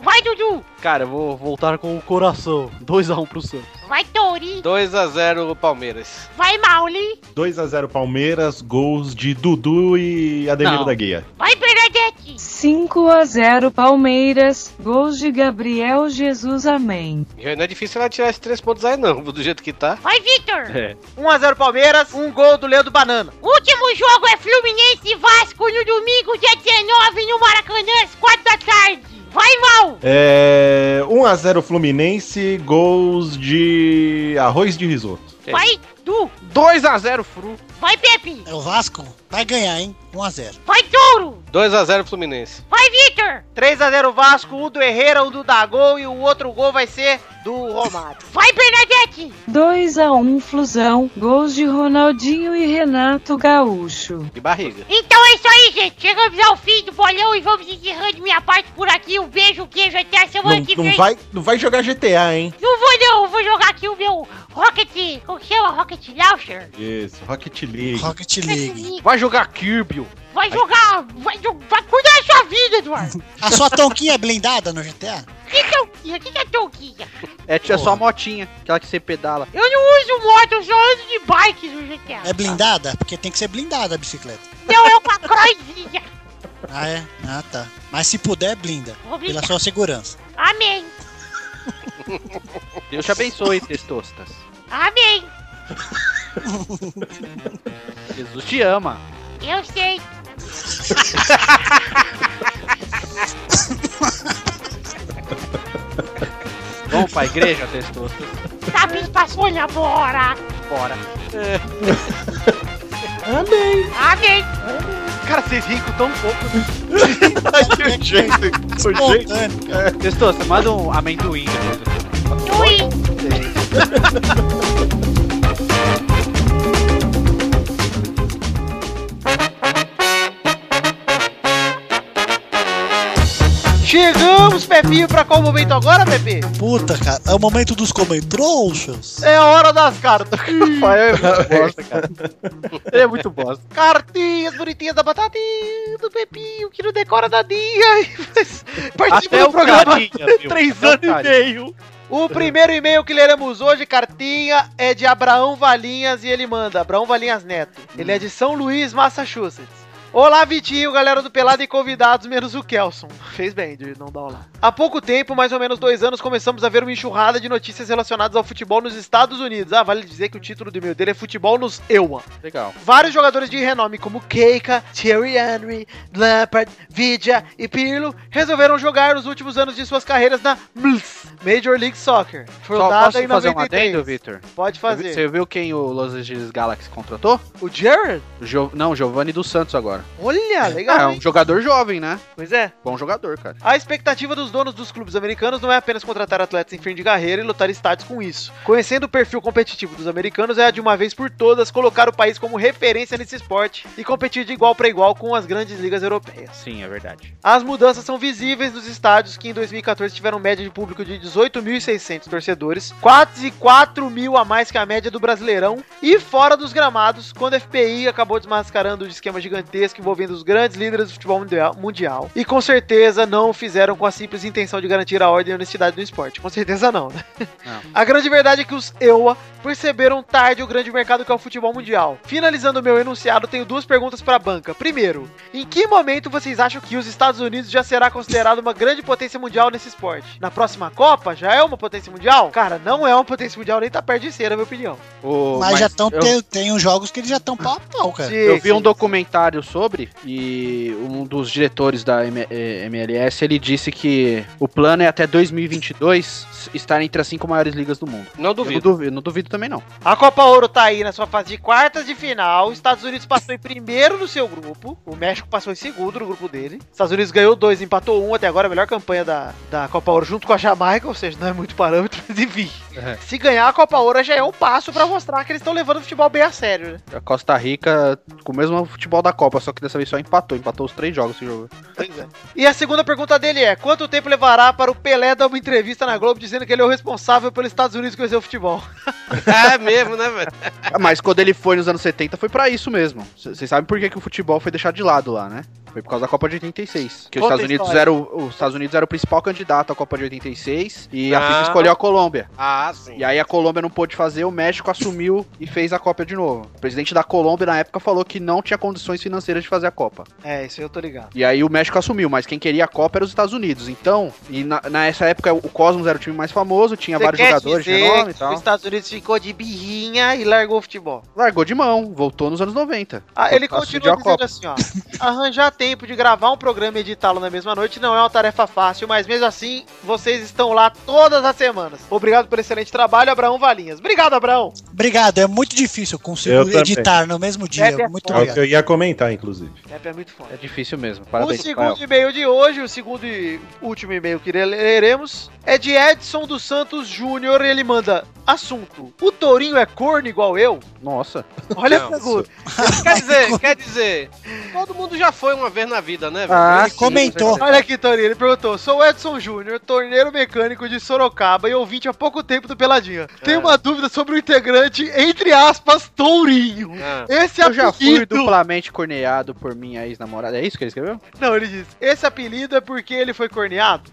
[SPEAKER 9] Vai, Dudu!
[SPEAKER 7] Cara, eu vou voltar com o coração. 2x1 pro Santos.
[SPEAKER 9] Vai, Tori!
[SPEAKER 5] 2x0 Palmeiras.
[SPEAKER 9] Vai, Mauli!
[SPEAKER 4] 2 a 0 Palmeiras, gols de Dudu e Ademir
[SPEAKER 7] Não.
[SPEAKER 4] da Guia.
[SPEAKER 9] Vai, Bernadette!
[SPEAKER 10] 5 a 0 Palmeiras, gols de Gabriel Jesus Amém.
[SPEAKER 5] Já não é difícil ela tirar esses três pontos aí, não. Do jeito que tá.
[SPEAKER 9] Vai, Victor!
[SPEAKER 7] É.
[SPEAKER 6] 1x0 Palmeiras, um gol do Leandro Banana.
[SPEAKER 9] Último jogo é Fluminense e Vasco no domingo, dia 19, no Maracanã, às 4 da tarde. Vai, Mal!
[SPEAKER 4] É, 1 a 0 Fluminense, gols de arroz de risoto.
[SPEAKER 7] É.
[SPEAKER 9] Vai, Du!
[SPEAKER 7] 2x0 Fru.
[SPEAKER 9] Vai, Pepe!
[SPEAKER 3] É o Vasco? Vai ganhar, hein? 1 a 0
[SPEAKER 9] Vai, Touro!
[SPEAKER 5] 2x0 Fluminense.
[SPEAKER 9] Vai, Victor!
[SPEAKER 6] 3x0 Vasco, um do Herrera, um do Dagol e o outro gol vai ser do Romário.
[SPEAKER 9] Vai, Bernadette!
[SPEAKER 10] 2 a 1 Flusão, gols de Ronaldinho e Renato Gaúcho.
[SPEAKER 5] De barriga.
[SPEAKER 9] Então é isso aí, gente. Chegamos ao fim do bolão e vamos encerrando minha parte por aqui. Um beijo, queijo, até a semana
[SPEAKER 4] Não,
[SPEAKER 9] é que
[SPEAKER 4] não
[SPEAKER 9] vem.
[SPEAKER 4] vai, não vai jogar GTA, hein?
[SPEAKER 9] Não vou não, Eu vou jogar aqui o meu Rocket... Como que chama? Rocket Launcher?
[SPEAKER 4] Isso, Rocket League.
[SPEAKER 3] Rocket League.
[SPEAKER 7] Vai jogar Kirby.
[SPEAKER 9] Vai jogar... Vai, jo- vai cuidar da sua vida, Eduardo.
[SPEAKER 3] A sua tonquinha é blindada no GTA?
[SPEAKER 9] O que que é touquinha? O que que é touquinha?
[SPEAKER 7] É, é só a motinha, aquela que você pedala.
[SPEAKER 9] Eu não uso moto, eu só ando de bike no GTA.
[SPEAKER 3] É blindada? Porque tem que ser blindada a bicicleta.
[SPEAKER 9] Não, é uma croizinha.
[SPEAKER 3] Ah, é? Ah, tá. Mas se puder, blinda.
[SPEAKER 9] Vou
[SPEAKER 3] Pela
[SPEAKER 9] brincar.
[SPEAKER 3] sua segurança.
[SPEAKER 9] Amém.
[SPEAKER 7] Deus te abençoe, Testostas.
[SPEAKER 9] Amém!
[SPEAKER 7] Jesus te ama.
[SPEAKER 9] Eu sei!
[SPEAKER 7] Vamos pra igreja, Testostas.
[SPEAKER 9] Tá me espasfolha, bora!
[SPEAKER 7] Bora.
[SPEAKER 9] Amém!
[SPEAKER 6] Cara, vocês riem com tão pouco.
[SPEAKER 3] Espontâneo.
[SPEAKER 7] Testostas, manda um amendoim. depois.
[SPEAKER 9] Ui!
[SPEAKER 6] Chegamos, Pepinho, pra qual momento agora, Pepe?
[SPEAKER 3] Puta, cara. É o momento dos comentroxas.
[SPEAKER 6] É a hora das cartas.
[SPEAKER 7] Rafael é muito bosta, cara. Ele é muito bosta.
[SPEAKER 6] Cartinhas bonitinhas da batatinha do Pepinho, que não decora nadinha. Participou
[SPEAKER 7] Até
[SPEAKER 6] do
[SPEAKER 7] o
[SPEAKER 6] programa
[SPEAKER 7] carinha, viu?
[SPEAKER 6] três
[SPEAKER 7] Até o
[SPEAKER 6] anos e
[SPEAKER 7] carinha.
[SPEAKER 6] meio. O primeiro e-mail que leremos hoje, cartinha, é de Abraão Valinhas e ele manda, Abraão Valinhas Neto. Ele é de São Luís, Massachusetts. Olá, Vitinho, galera do Pelado e convidados, menos o Kelson. Fez bem de não dar um olá. Há pouco tempo, mais ou menos dois anos, começamos a ver uma enxurrada de notícias relacionadas ao futebol nos Estados Unidos. Ah, vale dizer que o título do e-mail dele é Futebol nos EUA.
[SPEAKER 7] Legal.
[SPEAKER 6] Vários jogadores de renome como Keika, Thierry Henry, Lampard, Vidia e Pirlo resolveram jogar os últimos anos de suas carreiras na MLS, Major League Soccer.
[SPEAKER 7] Só
[SPEAKER 6] fundada
[SPEAKER 7] posso fazer um
[SPEAKER 6] 93.
[SPEAKER 7] adendo, Victor?
[SPEAKER 6] Pode fazer.
[SPEAKER 7] Você viu quem o Los Angeles Galaxy contratou?
[SPEAKER 6] O Jared?
[SPEAKER 7] O Gio- Não, o Giovanni dos Santos agora.
[SPEAKER 6] Olha,
[SPEAKER 7] Ah, é
[SPEAKER 6] legal. hein?
[SPEAKER 7] um jogador jovem, né?
[SPEAKER 6] Pois é.
[SPEAKER 7] Bom jogador, cara.
[SPEAKER 6] A expectativa dos donos dos clubes americanos não é apenas contratar atletas em fim de carreira e lotar estádios com isso. Conhecendo o perfil competitivo dos americanos é a de uma vez por todas colocar o país como referência nesse esporte e competir de igual para igual com as grandes ligas europeias.
[SPEAKER 7] Sim, é verdade.
[SPEAKER 6] As mudanças são visíveis nos estádios que em 2014 tiveram média de público de 18.600 torcedores, quase 4 mil a mais que a média do Brasileirão, e fora dos gramados, quando a FPI acabou desmascarando o esquema gigantesco envolvendo os grandes líderes do futebol mundial- mundial. E com certeza não o fizeram com a simples intenção de garantir a ordem e a honestidade do esporte. Com certeza não, né?
[SPEAKER 7] Não.
[SPEAKER 6] A grande verdade é que os EUA perceberam tarde o grande mercado que é o futebol mundial. Finalizando o meu enunciado, tenho duas perguntas para a banca. Primeiro, em que momento vocês acham que os Estados Unidos já será considerado uma grande potência mundial nesse esporte? Na próxima Copa já é uma potência mundial? Cara, não é uma potência mundial, nem tá perto de ser, na minha opinião.
[SPEAKER 7] O-
[SPEAKER 3] Mas, já estão.
[SPEAKER 7] eu-
[SPEAKER 3] Tem, tem uns jogos que eles já estão pau a pau, cara.
[SPEAKER 6] Sim,
[SPEAKER 7] Eu vi
[SPEAKER 6] sim.
[SPEAKER 7] um documentário sobre e um dos diretores da M- eh, MLS ele disse que o plano é até 2022 s- estar entre as cinco maiores ligas do mundo.
[SPEAKER 5] Não
[SPEAKER 7] Eu não
[SPEAKER 5] duvido.
[SPEAKER 7] duvido, não duvido também não.
[SPEAKER 6] A Copa Ouro tá aí na sua fase de quartas de final. Os Estados Unidos passou em primeiro no seu grupo. O México passou em segundo no grupo dele. Os Estados Unidos ganhou dois, empatou um até agora, a melhor campanha da, da Copa Ouro junto com a Jamaica, ou seja, não é muito parâmetro, mas enfim.
[SPEAKER 7] É.
[SPEAKER 6] Se ganhar a Copa Ouro já é um passo pra mostrar que eles estão levando o futebol bem a sério, né?
[SPEAKER 7] A Costa Rica com o mesmo futebol da Copa, só que dessa vez só empatou, empatou os três jogos que jogou.
[SPEAKER 6] E a segunda pergunta dele é: quanto tempo levará para o Pelé dar uma entrevista na Globo dizendo que ele é o responsável pelos Estados Unidos conhecer o futebol?
[SPEAKER 5] É mesmo, né, velho?
[SPEAKER 7] Ah, Mas quando ele foi nos anos 70 foi pra isso mesmo. C- Vocês sabem por que, que o futebol foi deixado de lado lá, né? Foi por causa da Copa de 86. Que os
[SPEAKER 6] Conta a
[SPEAKER 7] Estados, Unidos
[SPEAKER 6] história.
[SPEAKER 7] era o, os Estados Unidos era o principal candidato à Copa de 86 e a
[SPEAKER 5] Ah.
[SPEAKER 7] FIFA escolheu a Colômbia.
[SPEAKER 5] Ah, sim.
[SPEAKER 7] E aí a Colômbia não pôde fazer, o México assumiu e fez a Copa de novo. O presidente da Colômbia na época falou que não tinha condições financeiras de fazer a Copa.
[SPEAKER 6] É, isso aí eu tô ligado.
[SPEAKER 7] E aí o México assumiu, mas quem queria a Copa era os Estados Unidos. Então, e na, nessa época o Cosmos era o time mais famoso, tinha
[SPEAKER 6] Você
[SPEAKER 7] vários
[SPEAKER 6] quer
[SPEAKER 7] jogadores de
[SPEAKER 6] dizer então?
[SPEAKER 7] nome e
[SPEAKER 6] que
[SPEAKER 7] tal.
[SPEAKER 6] Os Estados Unidos ficou de birrinha e largou o futebol.
[SPEAKER 7] Largou de mão, voltou nos anos 90.
[SPEAKER 6] Ah, ele
[SPEAKER 7] Pra
[SPEAKER 6] continua
[SPEAKER 7] sediar a
[SPEAKER 6] dizendo assim, ó. Arranjar tempo de gravar um programa e editá-lo na mesma noite não é uma tarefa fácil, mas mesmo assim, vocês estão lá todas as semanas. Obrigado pelo excelente trabalho, Abraão Valinhas. Obrigado, Abraão.
[SPEAKER 3] Obrigado, é muito difícil. Eu consigo
[SPEAKER 4] Eu também.
[SPEAKER 3] editar no mesmo dia.
[SPEAKER 6] Pepe é
[SPEAKER 3] muito
[SPEAKER 6] foda.
[SPEAKER 4] É o que
[SPEAKER 3] obrigado.
[SPEAKER 4] eu ia comentar, inclusive.
[SPEAKER 6] Pepe é muito foda.
[SPEAKER 7] É difícil mesmo.
[SPEAKER 6] O
[SPEAKER 7] Parabéns, Rafael.
[SPEAKER 6] segundo e-mail de hoje, o segundo e último e-mail que leremos, é de Edson dos Santos Júnior. Ele manda: Assunto: O tourinho é corno igual eu?
[SPEAKER 7] Nossa.
[SPEAKER 6] Olha a
[SPEAKER 5] Não,
[SPEAKER 6] pergunta.
[SPEAKER 5] Quer dizer, quer dizer, todo mundo já foi uma vez na vida, né, velho?
[SPEAKER 7] Ah,
[SPEAKER 3] Ele comentou.
[SPEAKER 6] Olha aqui, Torinho, ele perguntou: Sou o Edson Júnior, torneiro mecânico de Sorocaba e ouvinte há pouco tempo do Peladinha. Tenho
[SPEAKER 7] É.
[SPEAKER 6] uma dúvida sobre o integrante, entre aspas, Tourinho.
[SPEAKER 5] Ah,
[SPEAKER 6] Esse é
[SPEAKER 7] Eu já fui
[SPEAKER 6] apelido.
[SPEAKER 7] duplamente corneado por minha ex-namorada. É isso que ele escreveu? Ah.
[SPEAKER 6] Não, ele disse: Esse apelido é porque ele foi corneado?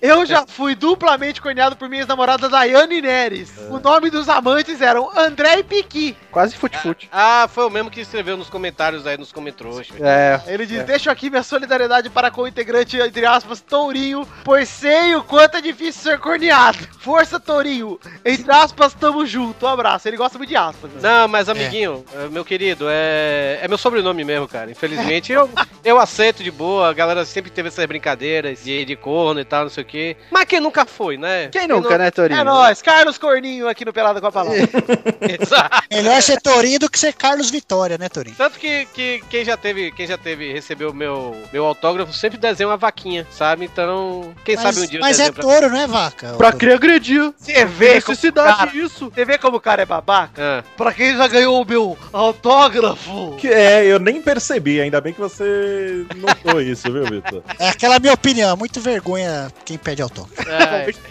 [SPEAKER 6] Eu já fui duplamente cunhado por minha ex-namorada Daiane Neres.
[SPEAKER 7] É.
[SPEAKER 6] O nome dos amantes eram André e Piqui.
[SPEAKER 7] Quase fute-fute.
[SPEAKER 5] Ah, foi o mesmo que escreveu nos comentários aí, nos comentroxos.
[SPEAKER 7] É.
[SPEAKER 6] Ele diz: Deixo aqui minha solidariedade para com o integrante, entre aspas, Tourinho, pois sei o quanto é difícil ser corneado. Força, Tourinho. Entre aspas, tamo junto. Um abraço. Ele gosta muito de aspas. né?
[SPEAKER 5] Não,
[SPEAKER 3] É.
[SPEAKER 5] mas amiguinho, eh, meu querido, é... é meu sobrenome mesmo, cara. Infelizmente, eu, eu aceito de boa. A galera sempre teve essas brincadeiras de, de corno e tal, não sei o quê. Mas quem nunca foi, né?
[SPEAKER 7] Quem nunca, né, Torinho?
[SPEAKER 6] É nóis, Carlos Corninho aqui no Pelado com a Palavra.
[SPEAKER 5] Exato.
[SPEAKER 3] É Melhor ser Torinho do que ser Carlos Vitória, né, Torinho?
[SPEAKER 5] Tanto que, que quem já teve, quem já teve, recebeu meu, meu autógrafo, sempre desenha uma vaquinha, sabe? Então, quem sabe um
[SPEAKER 3] Mas,
[SPEAKER 5] dia eu
[SPEAKER 3] mas é
[SPEAKER 5] desenho pra-
[SPEAKER 3] touro, não é vaca?
[SPEAKER 7] Pra que agredir?
[SPEAKER 6] Você vê como o cara,
[SPEAKER 7] Necessidade disso.
[SPEAKER 6] você vê como o cara é babaca?
[SPEAKER 5] Ah.
[SPEAKER 6] Pra quem já ganhou o meu autógrafo.
[SPEAKER 4] Que é, eu nem percebi, ainda bem que você notou isso, viu, Vitor?
[SPEAKER 3] É aquela minha opinião, muito vergonha quem pede autógrafo.
[SPEAKER 5] é.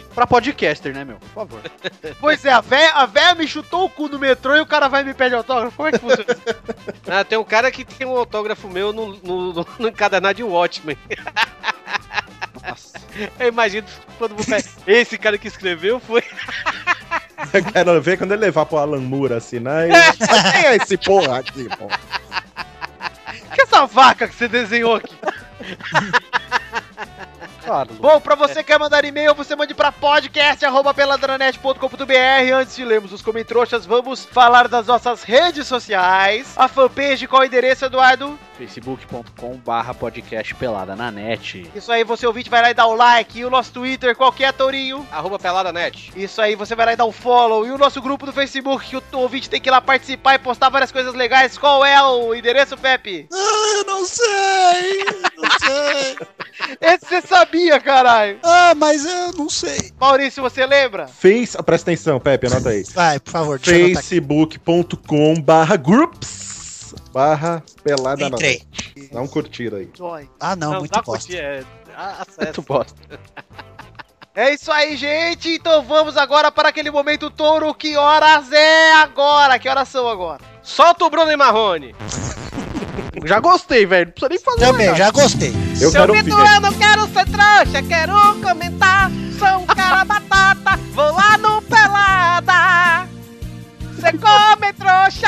[SPEAKER 7] É. Pra podcaster, né, meu? Por favor.
[SPEAKER 6] Pois é, a véia, a véia me chutou o cu no metrô e o cara vai e me pede autógrafo. Como é que funciona?
[SPEAKER 5] Ah, tem um cara que tem um autógrafo meu no, no, no, no encadernado de Watchmen. Eu imagino quando vou pegar. Esse cara que escreveu foi.
[SPEAKER 4] É, Eu quero ver quando ele levar pro Alan Moore assinar. e- Quem é esse porra aqui, pô?
[SPEAKER 6] que é essa vaca que você desenhou aqui?
[SPEAKER 7] Carlos.
[SPEAKER 6] Bom, pra você que quer mandar e-mail, você mande pra podcast.peladranet.com.br. Antes de lermos os comentroxas, vamos falar das nossas redes sociais. A fanpage, qual é o endereço, Eduardo?
[SPEAKER 7] facebook.com barra podcast pelada na net.
[SPEAKER 6] Isso aí, você ouvinte, vai lá e dá o like. E o nosso Twitter, qual que é, Tourinho?
[SPEAKER 5] Arroba pelada net.
[SPEAKER 6] Isso aí, você vai lá e dá um follow. E o nosso grupo do Facebook, que o ouvinte tem que ir lá participar e postar várias coisas legais. Qual é o endereço, Pepe?
[SPEAKER 3] Ah, eu não sei, eu não sei.
[SPEAKER 6] Esse você sabia, caralho.
[SPEAKER 3] Ah, mas eu não sei.
[SPEAKER 6] Maurício, você lembra?
[SPEAKER 4] Face... oh, Presta atenção, Pepe, anota aí.
[SPEAKER 3] Vai, por favor, deixa eu anotar aqui.
[SPEAKER 4] facebook.com barra groups barra pelada na
[SPEAKER 3] Entrei.
[SPEAKER 4] Dá um curtir aí.
[SPEAKER 6] Joy.
[SPEAKER 3] Ah, não, muito
[SPEAKER 5] dá
[SPEAKER 3] bosta.
[SPEAKER 5] curtir, é. a- Acesso.
[SPEAKER 6] É isso aí, gente. Então vamos agora para aquele momento touro. Que horas é agora? Que horas são agora?
[SPEAKER 5] Solta o Bruno e Marrone.
[SPEAKER 7] Já gostei, velho. Não precisa nem fazer
[SPEAKER 3] Também,
[SPEAKER 7] mais
[SPEAKER 3] já gostei.
[SPEAKER 4] Eu quero um ouvir.
[SPEAKER 9] Vitor, eu não quero ser trouxa, quero comentar. Sou um cara batata, vou lá no Pelada. Você come trouxa.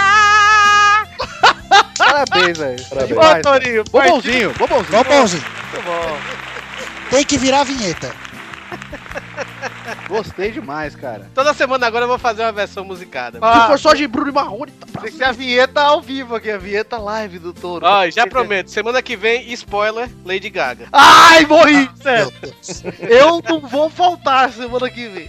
[SPEAKER 7] nada. Parabéns, velho.
[SPEAKER 4] Parabéns.
[SPEAKER 7] Demais, velho.
[SPEAKER 6] Torinho.
[SPEAKER 7] Bobãozinho, bobãozinho.
[SPEAKER 3] Vamos, Bonzinho.
[SPEAKER 6] Muito bom.
[SPEAKER 3] Tem que virar a vinheta.
[SPEAKER 7] Gostei demais, cara.
[SPEAKER 5] Toda semana agora eu vou fazer uma versão musicada.
[SPEAKER 6] Ah,
[SPEAKER 7] Se for só de Bruno e Marrone, tá pra...
[SPEAKER 6] Tem que ser a vinheta ao vivo aqui, a vinheta live do touro.
[SPEAKER 5] Ó, já prometo, semana que vem, spoiler, Lady Gaga.
[SPEAKER 6] Ai, morri!
[SPEAKER 7] Ah,
[SPEAKER 5] É.
[SPEAKER 6] sério.
[SPEAKER 3] Meu Deus.
[SPEAKER 6] Eu não vou faltar semana que vem.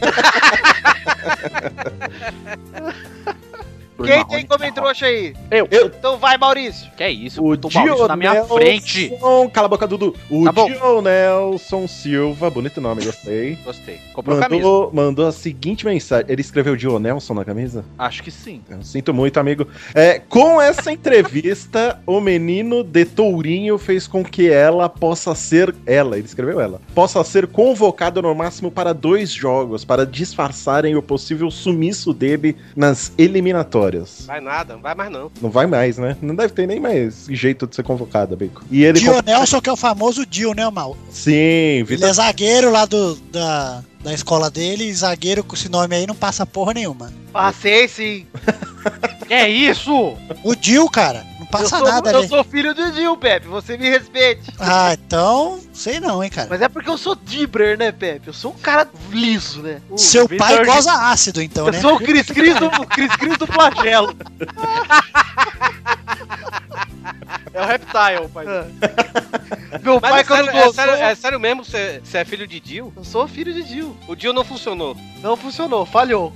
[SPEAKER 6] Quem tem como em trouxa aí?
[SPEAKER 7] Eu.
[SPEAKER 6] Então vai, Maurício.
[SPEAKER 7] Que é isso?
[SPEAKER 4] O
[SPEAKER 7] O Maurício na minha
[SPEAKER 4] Dionelson-
[SPEAKER 7] frente.
[SPEAKER 4] Cala a boca, Dudu. O
[SPEAKER 7] Tá bom.
[SPEAKER 4] Dionelson Silva, bonito nome, gostei.
[SPEAKER 7] Gostei. Comprou a camisa.
[SPEAKER 4] Mandou, mandou a seguinte mensagem. Ele escreveu Dionelson na camisa?
[SPEAKER 7] Acho que sim.
[SPEAKER 4] Eu sinto muito, amigo. É, com essa entrevista, o menino de Tourinho fez com que ela possa ser. Ela, ele escreveu ela. Possa ser convocado no máximo para dois jogos, para disfarçarem o possível sumiço dele nas eliminatórias.
[SPEAKER 5] Vai nada, não vai mais não.
[SPEAKER 4] Não vai mais, né? Não deve ter nem mais jeito de ser convocado, Bico. E ele.
[SPEAKER 3] Dio Nelson, que é o famoso Dio, né, Mal?
[SPEAKER 4] Sim,
[SPEAKER 3] Ele
[SPEAKER 4] Vitor.
[SPEAKER 3] é zagueiro lá do, da, da escola dele, e zagueiro com esse nome aí não passa porra nenhuma.
[SPEAKER 6] Passei sim.
[SPEAKER 7] Que é isso?
[SPEAKER 3] O Dio, cara, não
[SPEAKER 6] Eu
[SPEAKER 3] passa
[SPEAKER 6] sou,
[SPEAKER 3] nada né?
[SPEAKER 6] eu
[SPEAKER 3] ali.
[SPEAKER 6] sou filho do Dil, Pepe. Você me respeite.
[SPEAKER 3] Ah, então, sei não, hein, cara.
[SPEAKER 6] Mas é porque eu sou Dibler, né, Pepe? Eu sou um cara liso, né?
[SPEAKER 3] Seu
[SPEAKER 7] Vitor
[SPEAKER 3] pai
[SPEAKER 7] Gil-
[SPEAKER 3] goza ácido, então,
[SPEAKER 6] Eu
[SPEAKER 3] né?
[SPEAKER 6] sou o Cris Cris do, o Cris Cris do flagelo.
[SPEAKER 7] É o Reptile, pai.
[SPEAKER 6] Meu
[SPEAKER 5] Mas
[SPEAKER 6] pai,
[SPEAKER 5] é, sério,
[SPEAKER 6] quando
[SPEAKER 5] é,
[SPEAKER 6] gozou...
[SPEAKER 5] sério, é sério mesmo que você você é filho de Dio?
[SPEAKER 6] Eu sou filho de Dil.
[SPEAKER 5] O Dio não funcionou.
[SPEAKER 6] Não funcionou, falhou.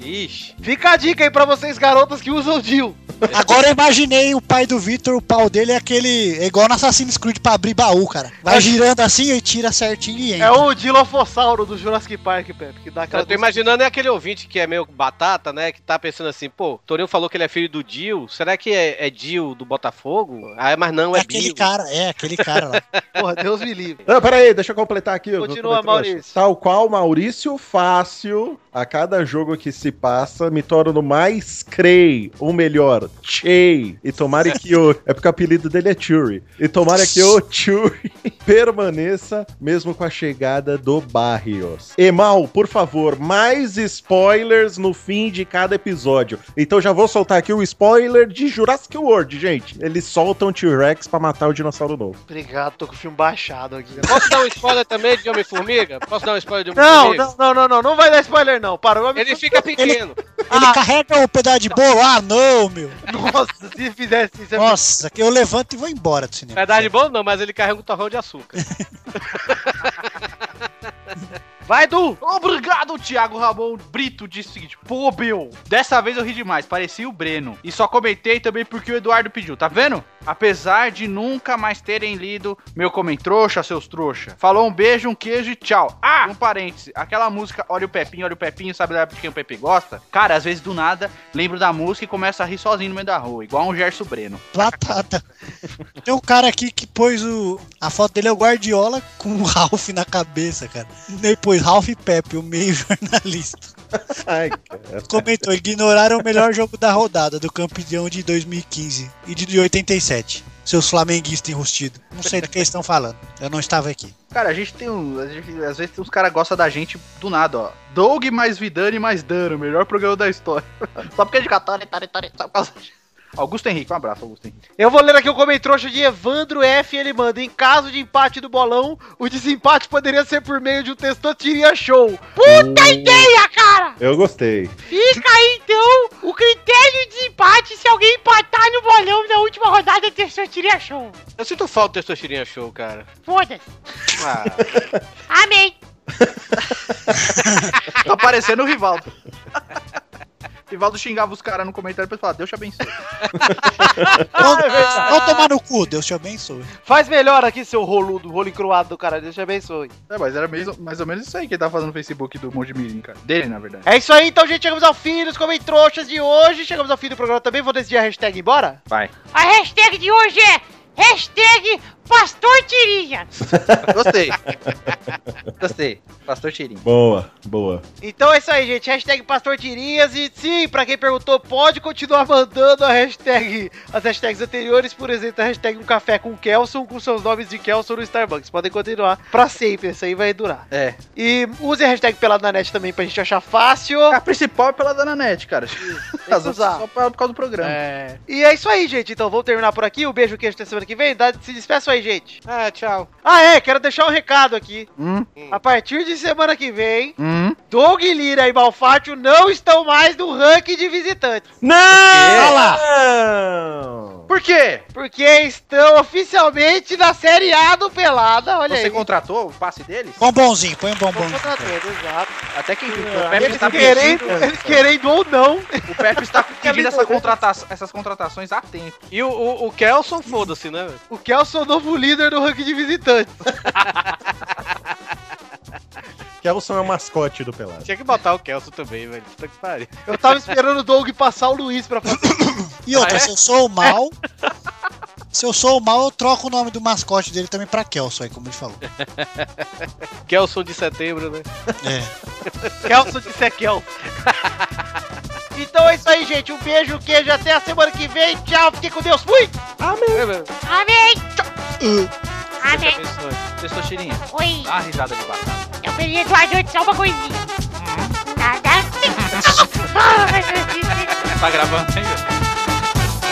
[SPEAKER 5] Ixi.
[SPEAKER 6] Fica a dica aí pra vocês, garotas que usam Dil.
[SPEAKER 3] Agora eu imaginei o pai do Victor, o pau dele é aquele. É igual no Assassin's Creed pra abrir baú, cara. Vai girando assim e tira certinho e entra.
[SPEAKER 6] É o Dilofossauro do Jurassic Park, Pepe. Que dá aquela...
[SPEAKER 5] Eu tô imaginando é aquele ouvinte que é meio batata, né? Que tá pensando assim, pô, Torinho falou que ele é filho do Dio. Será que é, é Dio do Botafogo? Ah, mas não,
[SPEAKER 3] É
[SPEAKER 5] é,
[SPEAKER 3] aquele
[SPEAKER 5] Dio.
[SPEAKER 3] cara, é aquele cara lá.
[SPEAKER 6] Porra, Deus me livre.
[SPEAKER 4] Não, peraí, deixa eu completar aqui. eu
[SPEAKER 6] Continua,
[SPEAKER 4] vou completar, eu acho.
[SPEAKER 6] Maurício.
[SPEAKER 4] Tal qual Maurício Fácil, a cada jogo que se passa, me torno mais Crei, ou melhor, Chei, e tomara que o. É porque o apelido dele é Churi. E tomara que o Churi permaneça, mesmo com a chegada do Barrios. Emal, por favor, mais spoilers no fim de cada episódio. Então já vou soltar aqui o spoiler de Jurassic World, gente. Eles soltam o T-Rex pra matar o dinossauro novo.
[SPEAKER 6] Obrigado, tô com o filme baixado aqui.
[SPEAKER 5] Posso dar um spoiler também de Homem-Formiga? Posso dar um spoiler de
[SPEAKER 6] Não,
[SPEAKER 5] Homem-Formiga?
[SPEAKER 6] não, não, não, não, não vai dar spoiler não. Parou.
[SPEAKER 5] Ele fica pequeno.
[SPEAKER 3] Ele
[SPEAKER 6] Ah.
[SPEAKER 3] carrega o pedaço de bolo? Ah, não, meu.
[SPEAKER 6] Nossa, se fizesse isso, é
[SPEAKER 3] Nossa, que eu levanto e vou embora do cinema.
[SPEAKER 5] Verdade bom não, mas ele carrega um torrão de açúcar.
[SPEAKER 6] Vai, Du!
[SPEAKER 7] Obrigado, Thiago Ramon Brito. Disse o seguinte: Pô, Bill, dessa vez eu ri demais, parecia o Breno. E só comentei também porque o Eduardo pediu, tá vendo? Apesar de nunca mais terem lido meu comentrouxa, seus trouxa. Falou um beijo, um queijo e tchau. Ah, um parêntese. Aquela música Olha o Pepinho, Olha o Pepinho, sabe lá de quem o Pepe gosta? Cara, às vezes do nada lembro da música e começo a rir sozinho no meio da rua, igual um Gerson Breno.
[SPEAKER 3] Batata. Tem um cara aqui que pôs o. A foto dele é o Guardiola com o Ralph na cabeça, cara. Ele pôs Ralph e Pepe, o meio jornalista.
[SPEAKER 4] Ai, cara.
[SPEAKER 3] Comentou: ignoraram o melhor jogo da rodada do campeão de 2015 e de 87. Seus flamenguistas enrustidos. Não sei do que eles estão falando. Eu não estava aqui.
[SPEAKER 7] Cara, a gente tem um. a gente- às vezes tem uns caras gostam da gente do nada, ó. Doug mais Vidani mais Dano, melhor programa da história. Só porque é de Catone. Só por causa de- Augusto Henrique, um abraço, Augusto Henrique.
[SPEAKER 6] Eu vou ler aqui o comentrouxa de Evandro F. Ele manda: em caso de empate do bolão, o desempate poderia ser por meio de um testotirinha show.
[SPEAKER 9] Puta ideia, cara!
[SPEAKER 4] Eu gostei.
[SPEAKER 9] Fica aí então o critério de empate se alguém empatar no bolão na última rodada do Terceira Show.
[SPEAKER 5] Eu sinto falta do Testosterinha Show, cara.
[SPEAKER 9] Foda-se.
[SPEAKER 5] Ah,
[SPEAKER 9] Amém.
[SPEAKER 7] Tá parecendo o Rivaldo. Rivaldo xingava os caras no comentário pra falar, Deus te abençoe.
[SPEAKER 3] Vão tomar no cu, Deus te abençoe.
[SPEAKER 6] Faz melhor aqui, seu roludo, rolo encruado do cara. Deus te abençoe.
[SPEAKER 7] É, mas era mesmo- mais ou menos isso aí que ele tava fazendo no Facebook do Monte Mirim, cara. Dele, na verdade.
[SPEAKER 6] É isso aí, então, gente. Chegamos ao fim dos comentrouxas de hoje. Chegamos ao fim do programa também. Vou decidir a hashtag embora?
[SPEAKER 7] Vai.
[SPEAKER 9] A hashtag de hoje é hashtag Pastor Tirinha.
[SPEAKER 7] Gostei. Gostei. Pastor Tirinho.
[SPEAKER 4] Boa, boa.
[SPEAKER 6] Então é isso aí, gente. Hashtag Pastor Tirinhas. E sim, pra quem perguntou, pode continuar mandando a hashtag, as hashtags anteriores. Por exemplo, a hashtag um café com Kelson, com seus nomes de Kelson no Starbucks. Podem continuar pra sempre. Isso aí vai durar.
[SPEAKER 7] É.
[SPEAKER 6] E use a hashtag pelado na net também pra gente achar fácil.
[SPEAKER 7] A principal é pela Dana Net, cara. As outras
[SPEAKER 6] usar.
[SPEAKER 7] só pra- por causa do programa.
[SPEAKER 6] É. E é isso aí, gente. Então vamos terminar por aqui. Um beijo queijo até semana que vem. Dá, se despeça aí, gente.
[SPEAKER 5] ah, tchau.
[SPEAKER 6] Ah, é, quero deixar um recado aqui.
[SPEAKER 7] Hum.
[SPEAKER 6] A partir de semana que vem,
[SPEAKER 7] Hum.
[SPEAKER 6] Doug Lira e Malfátio não estão mais no ranking de visitantes.
[SPEAKER 4] Não! Olha lá!
[SPEAKER 7] Por quê?
[SPEAKER 6] Porque estão oficialmente na Série A do Pelada, olha
[SPEAKER 7] Você
[SPEAKER 6] aí.
[SPEAKER 7] contratou o passe deles?
[SPEAKER 3] Bombonzinho, põe um
[SPEAKER 6] Bom
[SPEAKER 3] bombom.
[SPEAKER 6] contratante, exato.
[SPEAKER 7] Até que enfim, o Pepe
[SPEAKER 6] Eles
[SPEAKER 7] está
[SPEAKER 6] querendo,
[SPEAKER 7] pedindo,
[SPEAKER 6] eles querendo ou não.
[SPEAKER 7] o Pepe está Tá pedindo essa contrata- essas contratações a tempo.
[SPEAKER 5] E o, o, o Kelson, foda-se, né? velho?
[SPEAKER 6] O Kelson é o novo líder do ranking de visitantes.
[SPEAKER 4] Kelson é o mascote do Pelado.
[SPEAKER 5] Tinha que botar o Kelson também, velho. Puta que pariu.
[SPEAKER 6] Eu tava esperando o Doug passar o Luiz pra fazer.
[SPEAKER 3] E outra, se eu sou o mal. Se eu sou o mal, eu troco o nome do mascote dele também pra Kelso aí, como ele falou.
[SPEAKER 5] Kelson de setembro, né?
[SPEAKER 3] É.
[SPEAKER 6] Kelson disse é Kelson. Então é isso aí, gente. Um beijo, queijo. Até a semana que vem. Tchau. Fiquem com Deus. Fui!
[SPEAKER 5] É, velho.
[SPEAKER 9] Amém.
[SPEAKER 5] Uh.
[SPEAKER 9] Amém.
[SPEAKER 7] Testosterinha,
[SPEAKER 9] Oi.
[SPEAKER 7] dá uma risada de batata.
[SPEAKER 9] Eu queria, Eduardo, só uma coisinha.
[SPEAKER 5] Hum.
[SPEAKER 9] Nada.
[SPEAKER 7] Tá gravando aí, ó.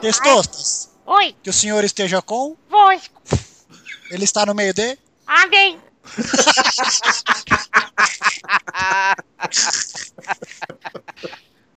[SPEAKER 3] Testostas,
[SPEAKER 9] Oi.
[SPEAKER 3] que o senhor esteja com.
[SPEAKER 9] Vosco.
[SPEAKER 3] Ele está no meio de.
[SPEAKER 9] Amém.